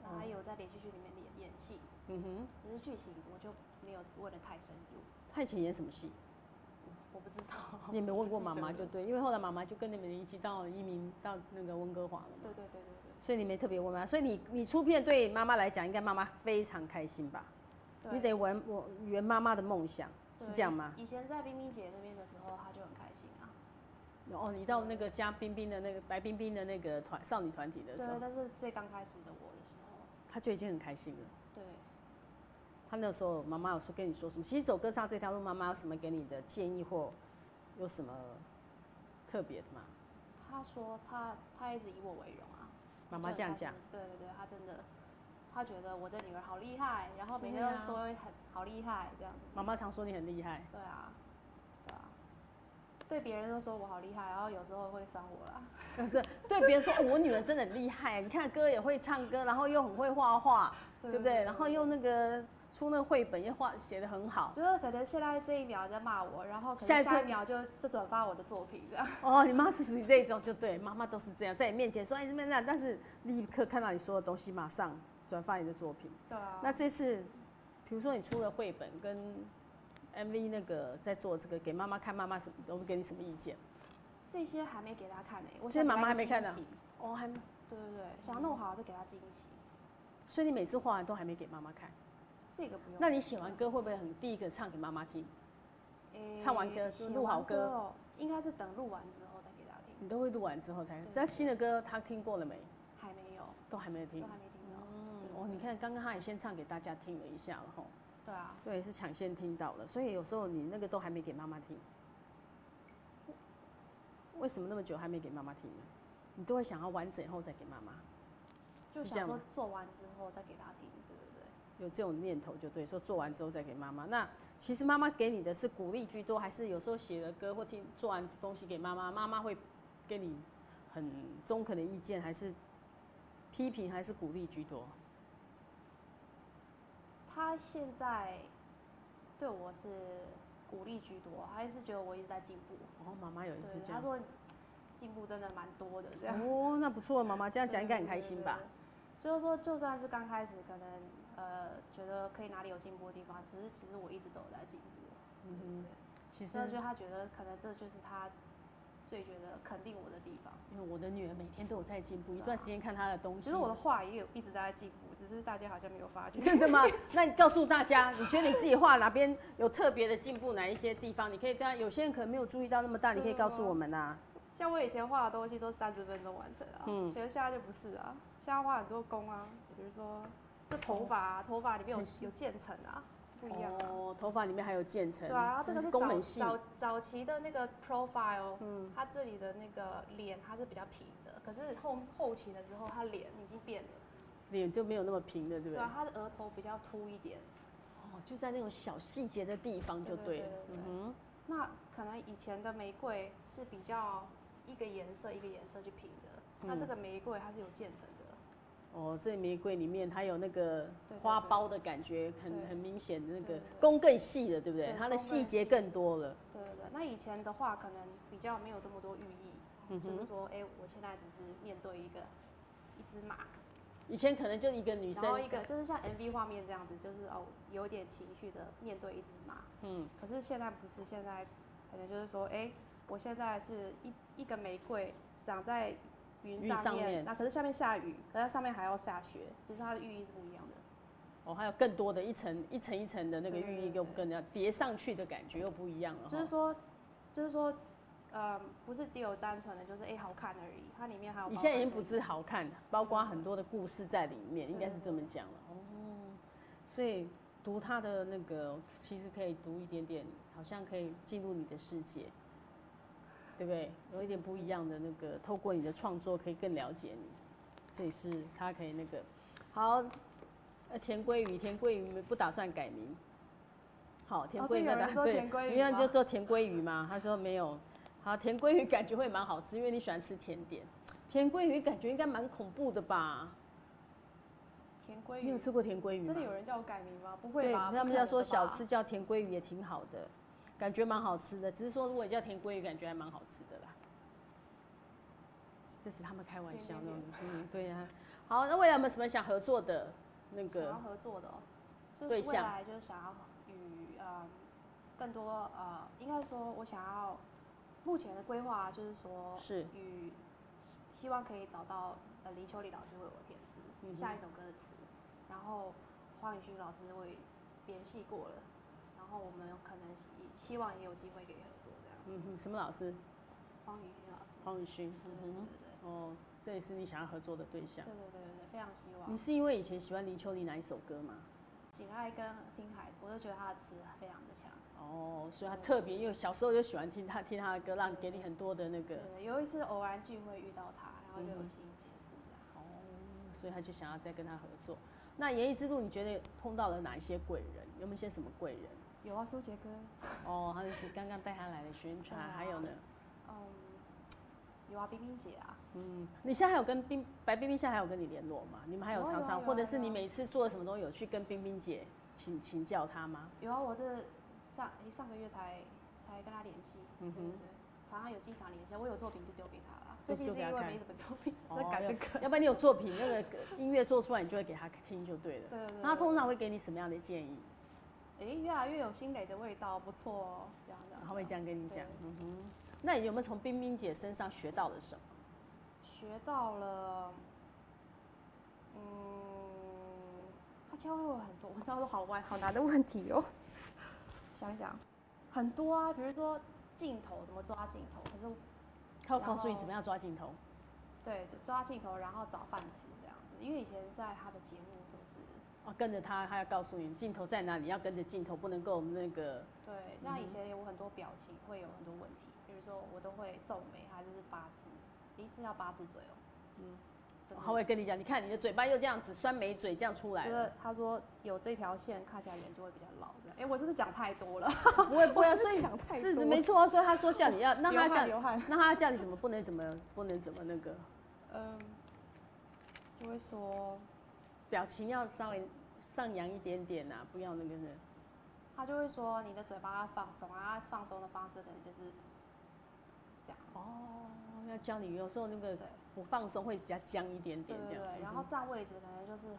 Speaker 2: 然后
Speaker 1: 哦
Speaker 2: 还有在连续剧里面演演戏，
Speaker 1: 嗯哼，
Speaker 2: 可是剧情我就没有问的太深入，
Speaker 1: 她以前演什么戏？
Speaker 2: 我不知道。
Speaker 1: 你也没问过
Speaker 2: 我不
Speaker 1: 妈
Speaker 2: 记得
Speaker 1: 妈
Speaker 2: 了
Speaker 1: 就对，因为后来妈妈就跟你们一起到移民到那个温哥华了嘛，
Speaker 2: 对对对对对
Speaker 1: 所以你没特别问妈妈，所以你你出片对妈妈来讲，应该妈妈非常开心吧？
Speaker 2: 对，
Speaker 1: 你得完我圆妈妈的梦想，是
Speaker 2: 对
Speaker 1: 这样吗？？
Speaker 2: 以前在冰冰姐那边的时候，她就很开心啊。
Speaker 1: 哦，你到那个加冰冰的那个白冰冰的那个团少女团体的
Speaker 2: 对
Speaker 1: 时候，，
Speaker 2: 但是最刚开始的我的时候，
Speaker 1: 她就已经很开心了。
Speaker 2: 对，
Speaker 1: 她那时候妈妈有说跟你说什么？其实走歌唱这条路，妈妈有什么给你的建议或有什么特别的吗？
Speaker 2: 她说她她一直以我为荣啊。
Speaker 1: 妈妈
Speaker 2: 就
Speaker 1: 这样
Speaker 2: 很开
Speaker 1: 讲，
Speaker 2: 心。对对对，她真的，她觉得我的女儿好厉害，然后每天
Speaker 1: 对啊
Speaker 2: 都说很好厉害这样子。
Speaker 1: 妈妈常说你很厉害。
Speaker 2: 对啊，对啊，对别人都说我好厉害，然后有时候会伤我啦。
Speaker 1: 可是 [laughs] 对别人说、哦我女儿真的很厉害，啊你看歌也会唱歌，然后又很会画画，对不对？然后又那个出那个绘本也画写的很好。
Speaker 2: 就是可能现在这一秒在骂我，然后可
Speaker 1: 下一
Speaker 2: 能
Speaker 1: 刻
Speaker 2: 下一秒就就转发我的作品这样。
Speaker 1: 哦，你妈是属于这一种，就对，妈妈都是这样，在你面前说哎怎么样，但是立刻看到你说的东西，马上转发你的作品。
Speaker 2: 对啊，
Speaker 1: 那这次，比如说你出了绘本跟 MV 那个在做这个给妈妈看，妈妈什么都给你什么意见？
Speaker 2: 这些还没给她看呢、我
Speaker 1: 这些
Speaker 2: 想给
Speaker 1: 妈
Speaker 2: 她
Speaker 1: 妈还
Speaker 2: 一个
Speaker 1: 没
Speaker 2: 惊
Speaker 1: 看呢
Speaker 2: 喜
Speaker 1: 哦，还
Speaker 2: 对对对，想弄好再给她惊喜，
Speaker 1: 所以你每次画完都还没给妈妈看。
Speaker 2: 这个不用。
Speaker 1: 那你写完歌会不会很第一个唱给妈妈听？
Speaker 2: 诶
Speaker 1: 唱完歌就
Speaker 2: 写
Speaker 1: 录好
Speaker 2: 完
Speaker 1: 歌
Speaker 2: 哦，应该是等录完之后再给她听，
Speaker 1: 你都会录完之后才
Speaker 2: 对，
Speaker 1: 这新的歌他听过了没？
Speaker 2: 还没有，
Speaker 1: 都还没有听
Speaker 2: 都。还没听到。
Speaker 1: 嗯，
Speaker 2: 对
Speaker 1: 哦，你看刚刚他也先唱给大家听了一下了吼，
Speaker 2: 对啊，
Speaker 1: 对，是抢先听到了，所以有时候你那个都还没给妈妈听，为什么那么久还没给妈妈听呢？你都会想要完整以后再给妈妈，
Speaker 2: 就是
Speaker 1: 这样啊
Speaker 2: 想说
Speaker 1: 吗？
Speaker 2: 做完之后再给她听，对对对。
Speaker 1: 有这种念头就对，说做完之后再给妈妈。那其实妈妈给你的是鼓励居多，还是有时候写了歌或听做完东西给妈妈，妈妈会给你很中肯的意见，还是批评，还是鼓励居多？
Speaker 2: 他现在对我是鼓励居多，他也是觉得我一直在进步。
Speaker 1: 哦，妈妈有一次
Speaker 2: 对，
Speaker 1: 这
Speaker 2: 他
Speaker 1: 样，
Speaker 2: 说进步真的蛮多的，这样
Speaker 1: 哦，那不错，妈妈这样讲应该很开心吧？？
Speaker 2: 对对对对就是说，就算是刚开始可能呃觉得可以哪里有进步的地方，只是其实我一直都有在进步。
Speaker 1: 嗯
Speaker 2: 对
Speaker 1: 哼，其实
Speaker 2: 所以就他觉得可能这就是他最觉得肯定我的地方。
Speaker 1: 因为我的女儿每天都有在进步，
Speaker 2: 对啊
Speaker 1: 一段时间看她的东西。
Speaker 2: 其实我的话也有一直在进步，只是大家好像没有
Speaker 1: [laughs]
Speaker 2: 发觉。 [laughs]
Speaker 1: 真的吗？那你告诉大家，你觉得你自己画哪边有特别的进步，哪一些地方？你可以跟她有些人可能没有注意到那么大，你可以告诉我们啊。
Speaker 2: 像我以前画的东西都三十分钟完成啊，
Speaker 1: 嗯
Speaker 2: 其实现在就不是啊，现在画很多工啊，比如说这头发、啊，头发里面
Speaker 1: [laughs]
Speaker 2: 有
Speaker 1: 很细
Speaker 2: 有渐层啊，不一样啊。
Speaker 1: 哦，头发里面还有渐层，
Speaker 2: 对啊，这个
Speaker 1: 是
Speaker 2: 是
Speaker 1: 功
Speaker 2: 早
Speaker 1: 能性。嗯
Speaker 2: 早早期的那个 profile，它这里的那个脸它是比较平的，可是后后期的时候，它脸已经变了，
Speaker 1: 脸就没有那么平了，对不
Speaker 2: 对
Speaker 1: 对？
Speaker 2: 啊，它的额头比较凸一点。
Speaker 1: 哦，就在那种小细节的地方就
Speaker 2: 对
Speaker 1: 对了
Speaker 2: 对对。
Speaker 1: 嗯
Speaker 2: 对
Speaker 1: 哼，
Speaker 2: 那可能以前的玫瑰是比较一个颜色一个颜色去平的，那
Speaker 1: 嗯
Speaker 2: 这个玫瑰它是有渐层的，
Speaker 1: 哦，这玫瑰里面它有那个
Speaker 2: 对对
Speaker 1: 花
Speaker 2: 对
Speaker 1: 苞的感觉，很
Speaker 2: 对
Speaker 1: 很明显的那
Speaker 2: 对
Speaker 1: 个
Speaker 2: 对对
Speaker 1: 弓更细了，对不对
Speaker 2: 对？
Speaker 1: 它的
Speaker 2: 弓更
Speaker 1: 细节
Speaker 2: 细
Speaker 1: 更多了。
Speaker 2: 对对对，那以前的话可能比较没有这么多寓意，
Speaker 1: 嗯
Speaker 2: 就是说，哎、我现在只是面对一个一只马，
Speaker 1: 以前可能就一个女
Speaker 2: 然后
Speaker 1: 生，
Speaker 2: 一个就是像 MV 画面这样子，就是哦，有点情绪的面对一只马。
Speaker 1: 嗯，
Speaker 2: 可是现在不是，现在可能就是说，哎、我现在是一一个玫瑰长在云
Speaker 1: 云
Speaker 2: 上面，
Speaker 1: 上面
Speaker 2: 那可是下面下雨，可是上面还要下雪，其实它的寓意是不一样的。
Speaker 1: 哦，还有更多的一层一层一层的那个
Speaker 2: 对对
Speaker 1: 寓意，
Speaker 2: 对
Speaker 1: 嗯又更加叠上去的感觉又不一样了哈。
Speaker 2: 就是说，就是说，呃，不是只有单纯的就是哎、好看而已，它里面还有
Speaker 1: 你
Speaker 2: 包
Speaker 1: 现在已
Speaker 2: 含
Speaker 1: 经不
Speaker 2: 自己
Speaker 1: 是好看，包括很多的故事在里
Speaker 2: 嗯
Speaker 1: 面，应该是这么讲了。哦，所以读他的那个，其实可以读一点点，好像可以进入你的世界，对不对？有一点不一样的那个，透过你的创作可以更了解你，这也是他可以那个。好，呃，田鲑鱼，田鲑鱼不打算改名。好，田
Speaker 2: 哦
Speaker 1: 鲑
Speaker 2: 这
Speaker 1: 鱼
Speaker 2: 有
Speaker 1: 要打、
Speaker 2: 人说
Speaker 1: 对，
Speaker 2: 田鲑鱼
Speaker 1: 你看
Speaker 2: 吗
Speaker 1: 就做田鲑鱼嘛，他说没有。好，田鲑鱼感觉会蛮好吃，因为你喜欢吃甜点。甜鲑鱼感觉应该蛮恐怖的吧？
Speaker 2: 甜鲑
Speaker 1: 你有
Speaker 2: 鱼，
Speaker 1: 吃过甜鲑鱼吗？
Speaker 2: 真的有人叫我改名吗？不会
Speaker 1: 对，他
Speaker 2: 吧？不
Speaker 1: 们
Speaker 2: 可
Speaker 1: 要
Speaker 2: 能
Speaker 1: 说
Speaker 2: 的
Speaker 1: 小
Speaker 2: 吧
Speaker 1: 吃叫甜鲑鱼也挺好的，感觉蛮好吃的。只是说如果叫甜鲑鱼，感觉还蛮好吃的啦。这是他们开玩笑那种，嗯，对呀、好，那未来有没有什么想合作的那
Speaker 2: 想
Speaker 1: 个
Speaker 2: 要合作的、哦，就是
Speaker 1: 对
Speaker 2: 未
Speaker 1: 象
Speaker 2: 来就是想要与呃更多呃，应该说我想要目前的规划就是说
Speaker 1: 是
Speaker 2: 与希希望可以找到呃林秋离老师为我填词、
Speaker 1: 嗯哼
Speaker 2: 下一首歌的词，然后黄宇勋老师为联系过了，然后我们可能也希望也有机会可以合作这
Speaker 1: 嗯
Speaker 2: 样。
Speaker 1: 哼什么老师？
Speaker 2: 黄宇勋老师，
Speaker 1: 黄宇勋，
Speaker 2: 对
Speaker 1: 嗯
Speaker 2: 对
Speaker 1: 哼，
Speaker 2: 对
Speaker 1: 哦，这也是你想要合作的对象。
Speaker 2: 对对对对对，非常希望
Speaker 1: 你。是因为以前喜欢林秋离哪一首歌吗？
Speaker 2: 景爱跟丁海，我都觉得他的词非常的强。
Speaker 1: 哦，所以他特别，因为小时候就喜欢听他听他的歌，让给你很多的那个，嗯
Speaker 2: 对，有一次偶然聚会遇到他，然后就有心结释这样。
Speaker 1: 哦，所以他就想要再跟他合作。那演艺之路，你觉得碰到了哪一些贵人？有没有一些什么贵人？
Speaker 2: 有啊，苏杰哥，
Speaker 1: 哦，还有你刚刚带他来的宣传，
Speaker 2: 对啊
Speaker 1: 还有呢，
Speaker 2: 嗯，有啊，冰冰姐啊，
Speaker 1: 嗯，你现在还有跟冰白冰冰，现在还有跟你联络吗？你们还有
Speaker 2: 有啊
Speaker 1: 常
Speaker 2: 有啊
Speaker 1: 常，
Speaker 2: 有啊
Speaker 1: 或者是
Speaker 2: 有啊
Speaker 1: 你每次做了什么东西，有去跟冰冰姐请请教她吗？
Speaker 2: 有啊，我这上诶上个月才才跟他联系，
Speaker 1: 嗯哼
Speaker 2: 对对对，常常有经常联系，我有作品就丢给他了。
Speaker 1: 就
Speaker 2: 最近是
Speaker 1: 丢给
Speaker 2: 因
Speaker 1: 他
Speaker 2: 为
Speaker 1: 看
Speaker 2: 没什么作品， [laughs]
Speaker 1: 哦
Speaker 2: 在赶
Speaker 1: 要
Speaker 2: 这个。
Speaker 1: 要不然你有作品，那个 [laughs] 音乐做出来，你就会给她听就对了。
Speaker 2: 对对对。
Speaker 1: 那她通
Speaker 2: 对
Speaker 1: 常会给你什么样的建议？
Speaker 2: 诶越来越有新蕾的味道，不错哦，这样这样。
Speaker 1: 他会
Speaker 2: 这样
Speaker 1: 这样跟你讲
Speaker 2: 对，
Speaker 1: 嗯哼。那你有没有从冰冰姐身上学到了什么？
Speaker 2: 学到了，嗯，他教会我很多，我到了好玩好难的问题哦。想一想，很多啊，比如说镜头怎么抓镜头，可是
Speaker 1: 她会
Speaker 2: 然
Speaker 1: 告诉你
Speaker 2: 后
Speaker 1: 怎么样抓镜头？
Speaker 2: 对抓镜头，然后找饭吃这样子。因为以前在他的节目都是
Speaker 1: 哦，跟着他，他要告诉你镜头在哪里，要跟着镜头，不能够那个
Speaker 2: 对，那以前有很多表情会有很多问题，比如说我都会皱眉还是八字，咦，这叫八字嘴哦，
Speaker 1: 嗯
Speaker 2: 就是
Speaker 1: 他会跟你讲，你看你的嘴巴又这样子，酸梅嘴这样出来
Speaker 2: 就
Speaker 1: 了，
Speaker 2: 是他说有这条线，看起来人就会比较老。这样哎、我是不是讲太多了？
Speaker 1: [laughs] 不会不会啊，
Speaker 2: 我是
Speaker 1: 所以
Speaker 2: 讲
Speaker 1: [laughs]
Speaker 2: 太
Speaker 1: 是
Speaker 2: 多
Speaker 1: 没错啊，所以他说叫你要，那
Speaker 2: 流
Speaker 1: 他
Speaker 2: 汗
Speaker 1: 叫你
Speaker 2: 流汗，
Speaker 1: 那他叫你怎么不能怎么不能怎么那个
Speaker 2: 嗯，就会说，
Speaker 1: 表情要稍微上扬一点点啊，不要那个呢，
Speaker 2: 他就会说你的嘴巴要放松啊，放松的方式可能就是这样，
Speaker 1: 哦，要教你有时候那个
Speaker 2: 对
Speaker 1: 不放松会比较僵一点
Speaker 2: 对
Speaker 1: 点
Speaker 2: 对
Speaker 1: 这样，嗯
Speaker 2: 对，然后站位置可能就是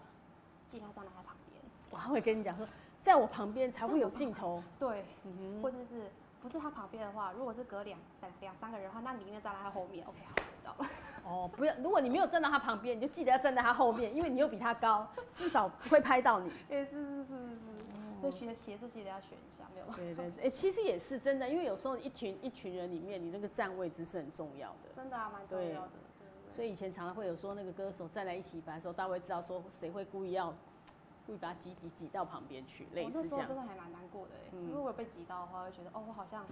Speaker 2: 尽量站在他旁边，
Speaker 1: 我还会跟你讲说，在我旁边才
Speaker 2: 在
Speaker 1: 会
Speaker 2: 我
Speaker 1: 有
Speaker 2: 旁
Speaker 1: 镜头，
Speaker 2: 对，
Speaker 1: 嗯哼。
Speaker 2: 或者是不是他旁边的话，如果是隔两三两三个人的话，那你宁愿站在他后面，OK，好，我知道
Speaker 1: [laughs]
Speaker 2: 了，
Speaker 1: 哦，不要，如果你没有站到他旁边，你就记得要站在他后面，因为你又比他 [laughs] 高，至少不会拍到你。
Speaker 2: 哎、是是是是是，所以学鞋子记得要选一下，没有，
Speaker 1: 哦对对， [laughs] 哎、其实也是真的，因为有时候一群一群人里面，你那个站位置是很重要的。
Speaker 2: 真的啊，蛮重
Speaker 1: 对
Speaker 2: 要的，对对对。
Speaker 1: 所以以前常常会有说那个歌手站在一起摆的时候，大家会知道说谁会故意要嗯故意把他挤挤挤到旁边去，类
Speaker 2: 我那
Speaker 1: 似
Speaker 2: 时
Speaker 1: 这
Speaker 2: 候
Speaker 1: 样
Speaker 2: 真。的还蛮难过的、哎，
Speaker 1: 嗯
Speaker 2: 就是我有被挤到的话，会觉得哦，我好像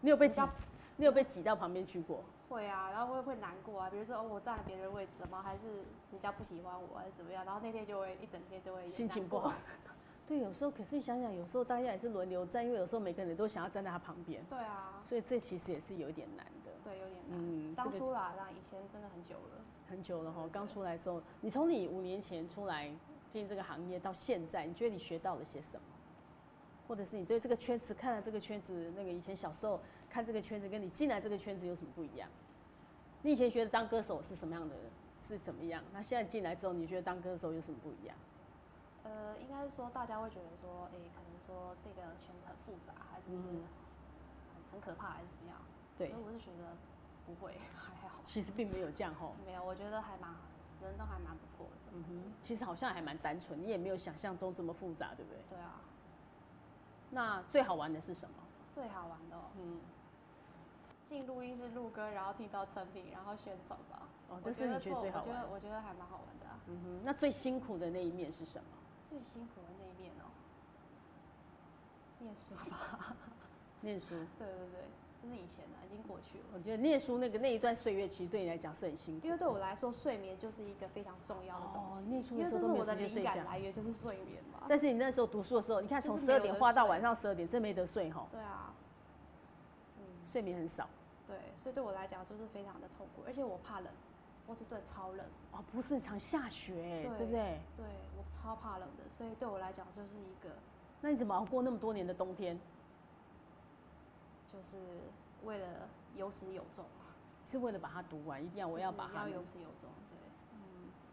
Speaker 1: 你有被
Speaker 2: 比
Speaker 1: 挤
Speaker 2: 较，
Speaker 1: 你有被挤到旁边去过？
Speaker 2: 会啊，然后会会难过啊，比如说哦，我占了别人的位置了吗？还是人家不喜欢我，还是怎么样？然后那天就会一整天都会
Speaker 1: 心情不
Speaker 2: 难过
Speaker 1: 好。。对，有时候可是想想，有时候大家也是轮流站，因为有时候每个人都想要站在他旁边，
Speaker 2: 对啊，
Speaker 1: 所以这其实也是有一点难的。
Speaker 2: 对，有点难。
Speaker 1: 嗯，这
Speaker 2: 当
Speaker 1: 个
Speaker 2: 初啦，那以前真的很久了，
Speaker 1: 很久了哈，
Speaker 2: 对
Speaker 1: 刚出来的时候，你从你五年前出来进这个行业到现在，你觉得你学到了些什么？或者是你对这个圈子看了这个圈子，那个以前小时候看这个圈子，跟你进来这个圈子有什么不一样？你以前觉得当歌手是什么样的，是怎么样？那现在进来之后，你觉得当歌手有什么不一样？
Speaker 2: 呃，应该是说大家会觉得说，哎、可能说这个圈子很复杂，还是不是
Speaker 1: 嗯
Speaker 2: 很很可怕，还是怎么样？
Speaker 1: 对
Speaker 2: 可，是我是觉得不会， [laughs] 还好，哦
Speaker 1: 其实并没有这样吼，
Speaker 2: 没有，我觉得还蛮人都还蛮不错的。
Speaker 1: 嗯哼，其实好像还蛮单纯，你也没有想象中这么复杂，对不对？
Speaker 2: 对啊，
Speaker 1: 那最好玩的是什么？
Speaker 2: 最好玩的哦、
Speaker 1: 嗯，
Speaker 2: 进录音室录歌，然后听到成品，然后宣传吧。
Speaker 1: 哦，
Speaker 2: 我
Speaker 1: 这是你觉
Speaker 2: 觉
Speaker 1: 得
Speaker 2: 做
Speaker 1: 最好
Speaker 2: 我觉
Speaker 1: 玩
Speaker 2: 得
Speaker 1: 的。
Speaker 2: 我觉得还蛮好玩的啊、
Speaker 1: 嗯哼，那最辛苦的那一面是什么？
Speaker 2: 最辛苦的那一面哦，念书吧。
Speaker 1: 念书。
Speaker 2: 对对对，这是以前的、已经过去了。
Speaker 1: 我觉得念书那个那一段岁月，其实对你来讲是很辛苦的。
Speaker 2: 因为对我来说，睡眠就是一个非常重要的东
Speaker 1: 哦
Speaker 2: 西。，
Speaker 1: 念书
Speaker 2: 因
Speaker 1: 的
Speaker 2: 为
Speaker 1: 时
Speaker 2: 这
Speaker 1: 候
Speaker 2: 是
Speaker 1: 都没有
Speaker 2: 我的
Speaker 1: 时间
Speaker 2: 灵
Speaker 1: 睡
Speaker 2: 感
Speaker 1: 觉。
Speaker 2: 来源，就是睡眠嘛。
Speaker 1: [laughs] 但是你那时候读书的时候，你看从
Speaker 2: 就是
Speaker 1: 十
Speaker 2: 没
Speaker 1: 二
Speaker 2: 有
Speaker 1: 点
Speaker 2: 得
Speaker 1: 画到
Speaker 2: 睡
Speaker 1: 晚上十二点，真没得睡哈，
Speaker 2: 对啊，嗯，
Speaker 1: 睡眠很少。
Speaker 2: 对，所以对我来讲就是非常的痛苦，而且我怕冷，波士顿超冷，
Speaker 1: 哦，不是很常下雪，
Speaker 2: 对
Speaker 1: 对不对？
Speaker 2: 对我超怕冷的，所以对我来讲就是一个，
Speaker 1: 那你怎么熬过那么多年的冬天？
Speaker 2: 就是为了有始有终，
Speaker 1: 是为了把它读完，一定要我
Speaker 2: 就
Speaker 1: 要
Speaker 2: 是
Speaker 1: 把它
Speaker 2: 要
Speaker 1: 弄。
Speaker 2: 有始有终，对，嗯，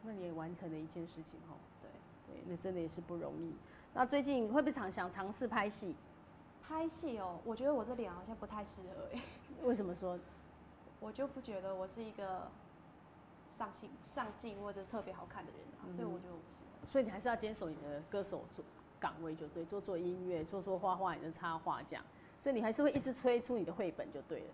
Speaker 1: 那你也完成了一件事情哦，
Speaker 2: 对。
Speaker 1: 对，那真的也是不容易。那最近会不会常想尝试拍戏？
Speaker 2: 拍戏哦，我觉得我这脸好像不太适合哎，
Speaker 1: 为什么说？
Speaker 2: 我就不觉得我是一个上镜上镜或者特别好看的人啊，
Speaker 1: 嗯
Speaker 2: 所以我觉得我不适合。
Speaker 1: 所以你还是要坚守你的歌手做岗位就对，做做音乐，做做画画，你的插画这样。所以你还是会一直催出你的绘本就对了，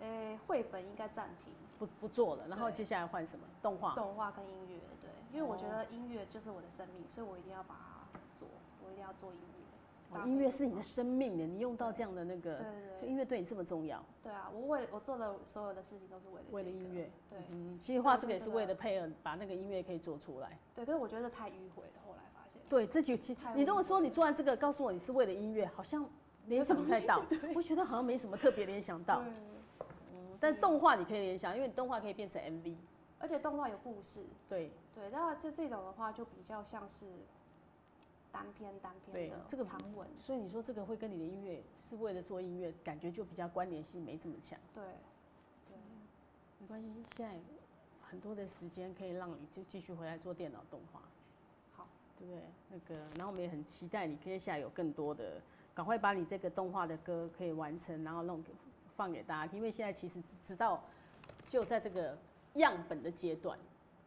Speaker 2: 诶，绘本应该暂停，
Speaker 1: 不不做了，然后
Speaker 2: 对
Speaker 1: 接下来换什么动画？
Speaker 2: 动画跟音乐，对，因为我觉
Speaker 1: 哦
Speaker 2: 得音乐就是我的生命，所以我一定要把它做，我一定要做音乐。
Speaker 1: 哦，音乐是你的生命的，你用到这样的那
Speaker 2: 对
Speaker 1: 个，
Speaker 2: 对
Speaker 1: 就
Speaker 2: 对，
Speaker 1: 音乐对你这么重要，
Speaker 2: 对啊，我为了我做的所有的事情都是为了
Speaker 1: 为了
Speaker 2: 这个
Speaker 1: 音乐，
Speaker 2: 对
Speaker 1: 嗯，其实
Speaker 2: 所以
Speaker 1: 画
Speaker 2: 我
Speaker 1: 这个也
Speaker 2: 觉
Speaker 1: 是
Speaker 2: 得
Speaker 1: 为了配合，把那个音乐可以做出来。
Speaker 2: 对，可是我觉得太迂回了，后来发现。
Speaker 1: 对，自己
Speaker 2: 太无
Speaker 1: 你如果
Speaker 2: 聊
Speaker 1: 说你做完这个，告诉我你是为了音乐，好像联想不太
Speaker 2: [laughs]
Speaker 1: 到，我觉得好像没什么特别联想到。
Speaker 2: 对，
Speaker 1: 嗯但动画你可以联想，因为你动画可以变成 MV。
Speaker 2: 而且动画有故事，
Speaker 1: 对
Speaker 2: 对，那这这种的话就比较像是单篇单
Speaker 1: 对
Speaker 2: 篇的
Speaker 1: 这个
Speaker 2: 长文，
Speaker 1: 所以你说这个会跟你的音乐是为了做音乐，感觉就比较关联性没这么强。嗯
Speaker 2: 对，对，
Speaker 1: 没关系，现在很多的时间可以让你就继续回来做电脑动画。
Speaker 2: 好，
Speaker 1: 对不对？那个，然后我们也很期待你接下来有更多的，赶快把你这个动画的歌可以完成，然后弄给放给大家听。因为现在其实直直到就在这个样本的阶段，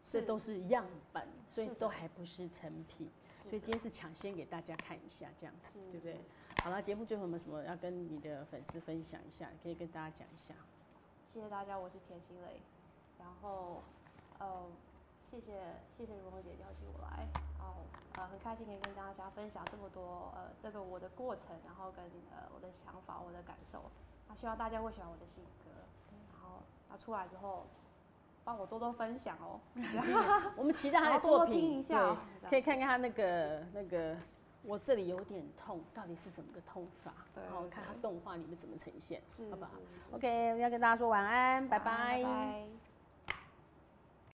Speaker 1: 这
Speaker 2: 是
Speaker 1: 都是样本，所以
Speaker 2: 是的
Speaker 1: 都还不是成品。
Speaker 2: 是
Speaker 1: 所以今天是抢先给大家看一下，这样
Speaker 2: 是
Speaker 1: 对不
Speaker 2: 是
Speaker 1: 对？好了，节目最后有没有什么要跟你的粉丝分享一下？可以跟大家讲一下。
Speaker 2: 谢谢大家，我是田心蕾。然后，呃，谢谢谢谢如虹姐邀请我来，然后呃很开心可以跟大家分享这么多呃这个我的过程，然后跟呃我的想法、我的感受。那希望大家会喜欢我的新歌，然后那出来之后帮我多多分享哦，
Speaker 1: [laughs] 我们期待他
Speaker 2: 然
Speaker 1: 的
Speaker 2: 后多
Speaker 1: 作
Speaker 2: 多
Speaker 1: 品，
Speaker 2: 听一下哦
Speaker 1: 对，
Speaker 2: 这样
Speaker 1: 可以看看他那个那个，我这里有点痛，到底是怎么个痛法？
Speaker 2: 对
Speaker 1: 然后看他动画里面怎么呈现，
Speaker 2: 是
Speaker 1: 好不好
Speaker 2: 是是
Speaker 1: ？OK，我们要跟大家说晚安，拜
Speaker 2: 晚安
Speaker 1: 拜
Speaker 2: 拜拜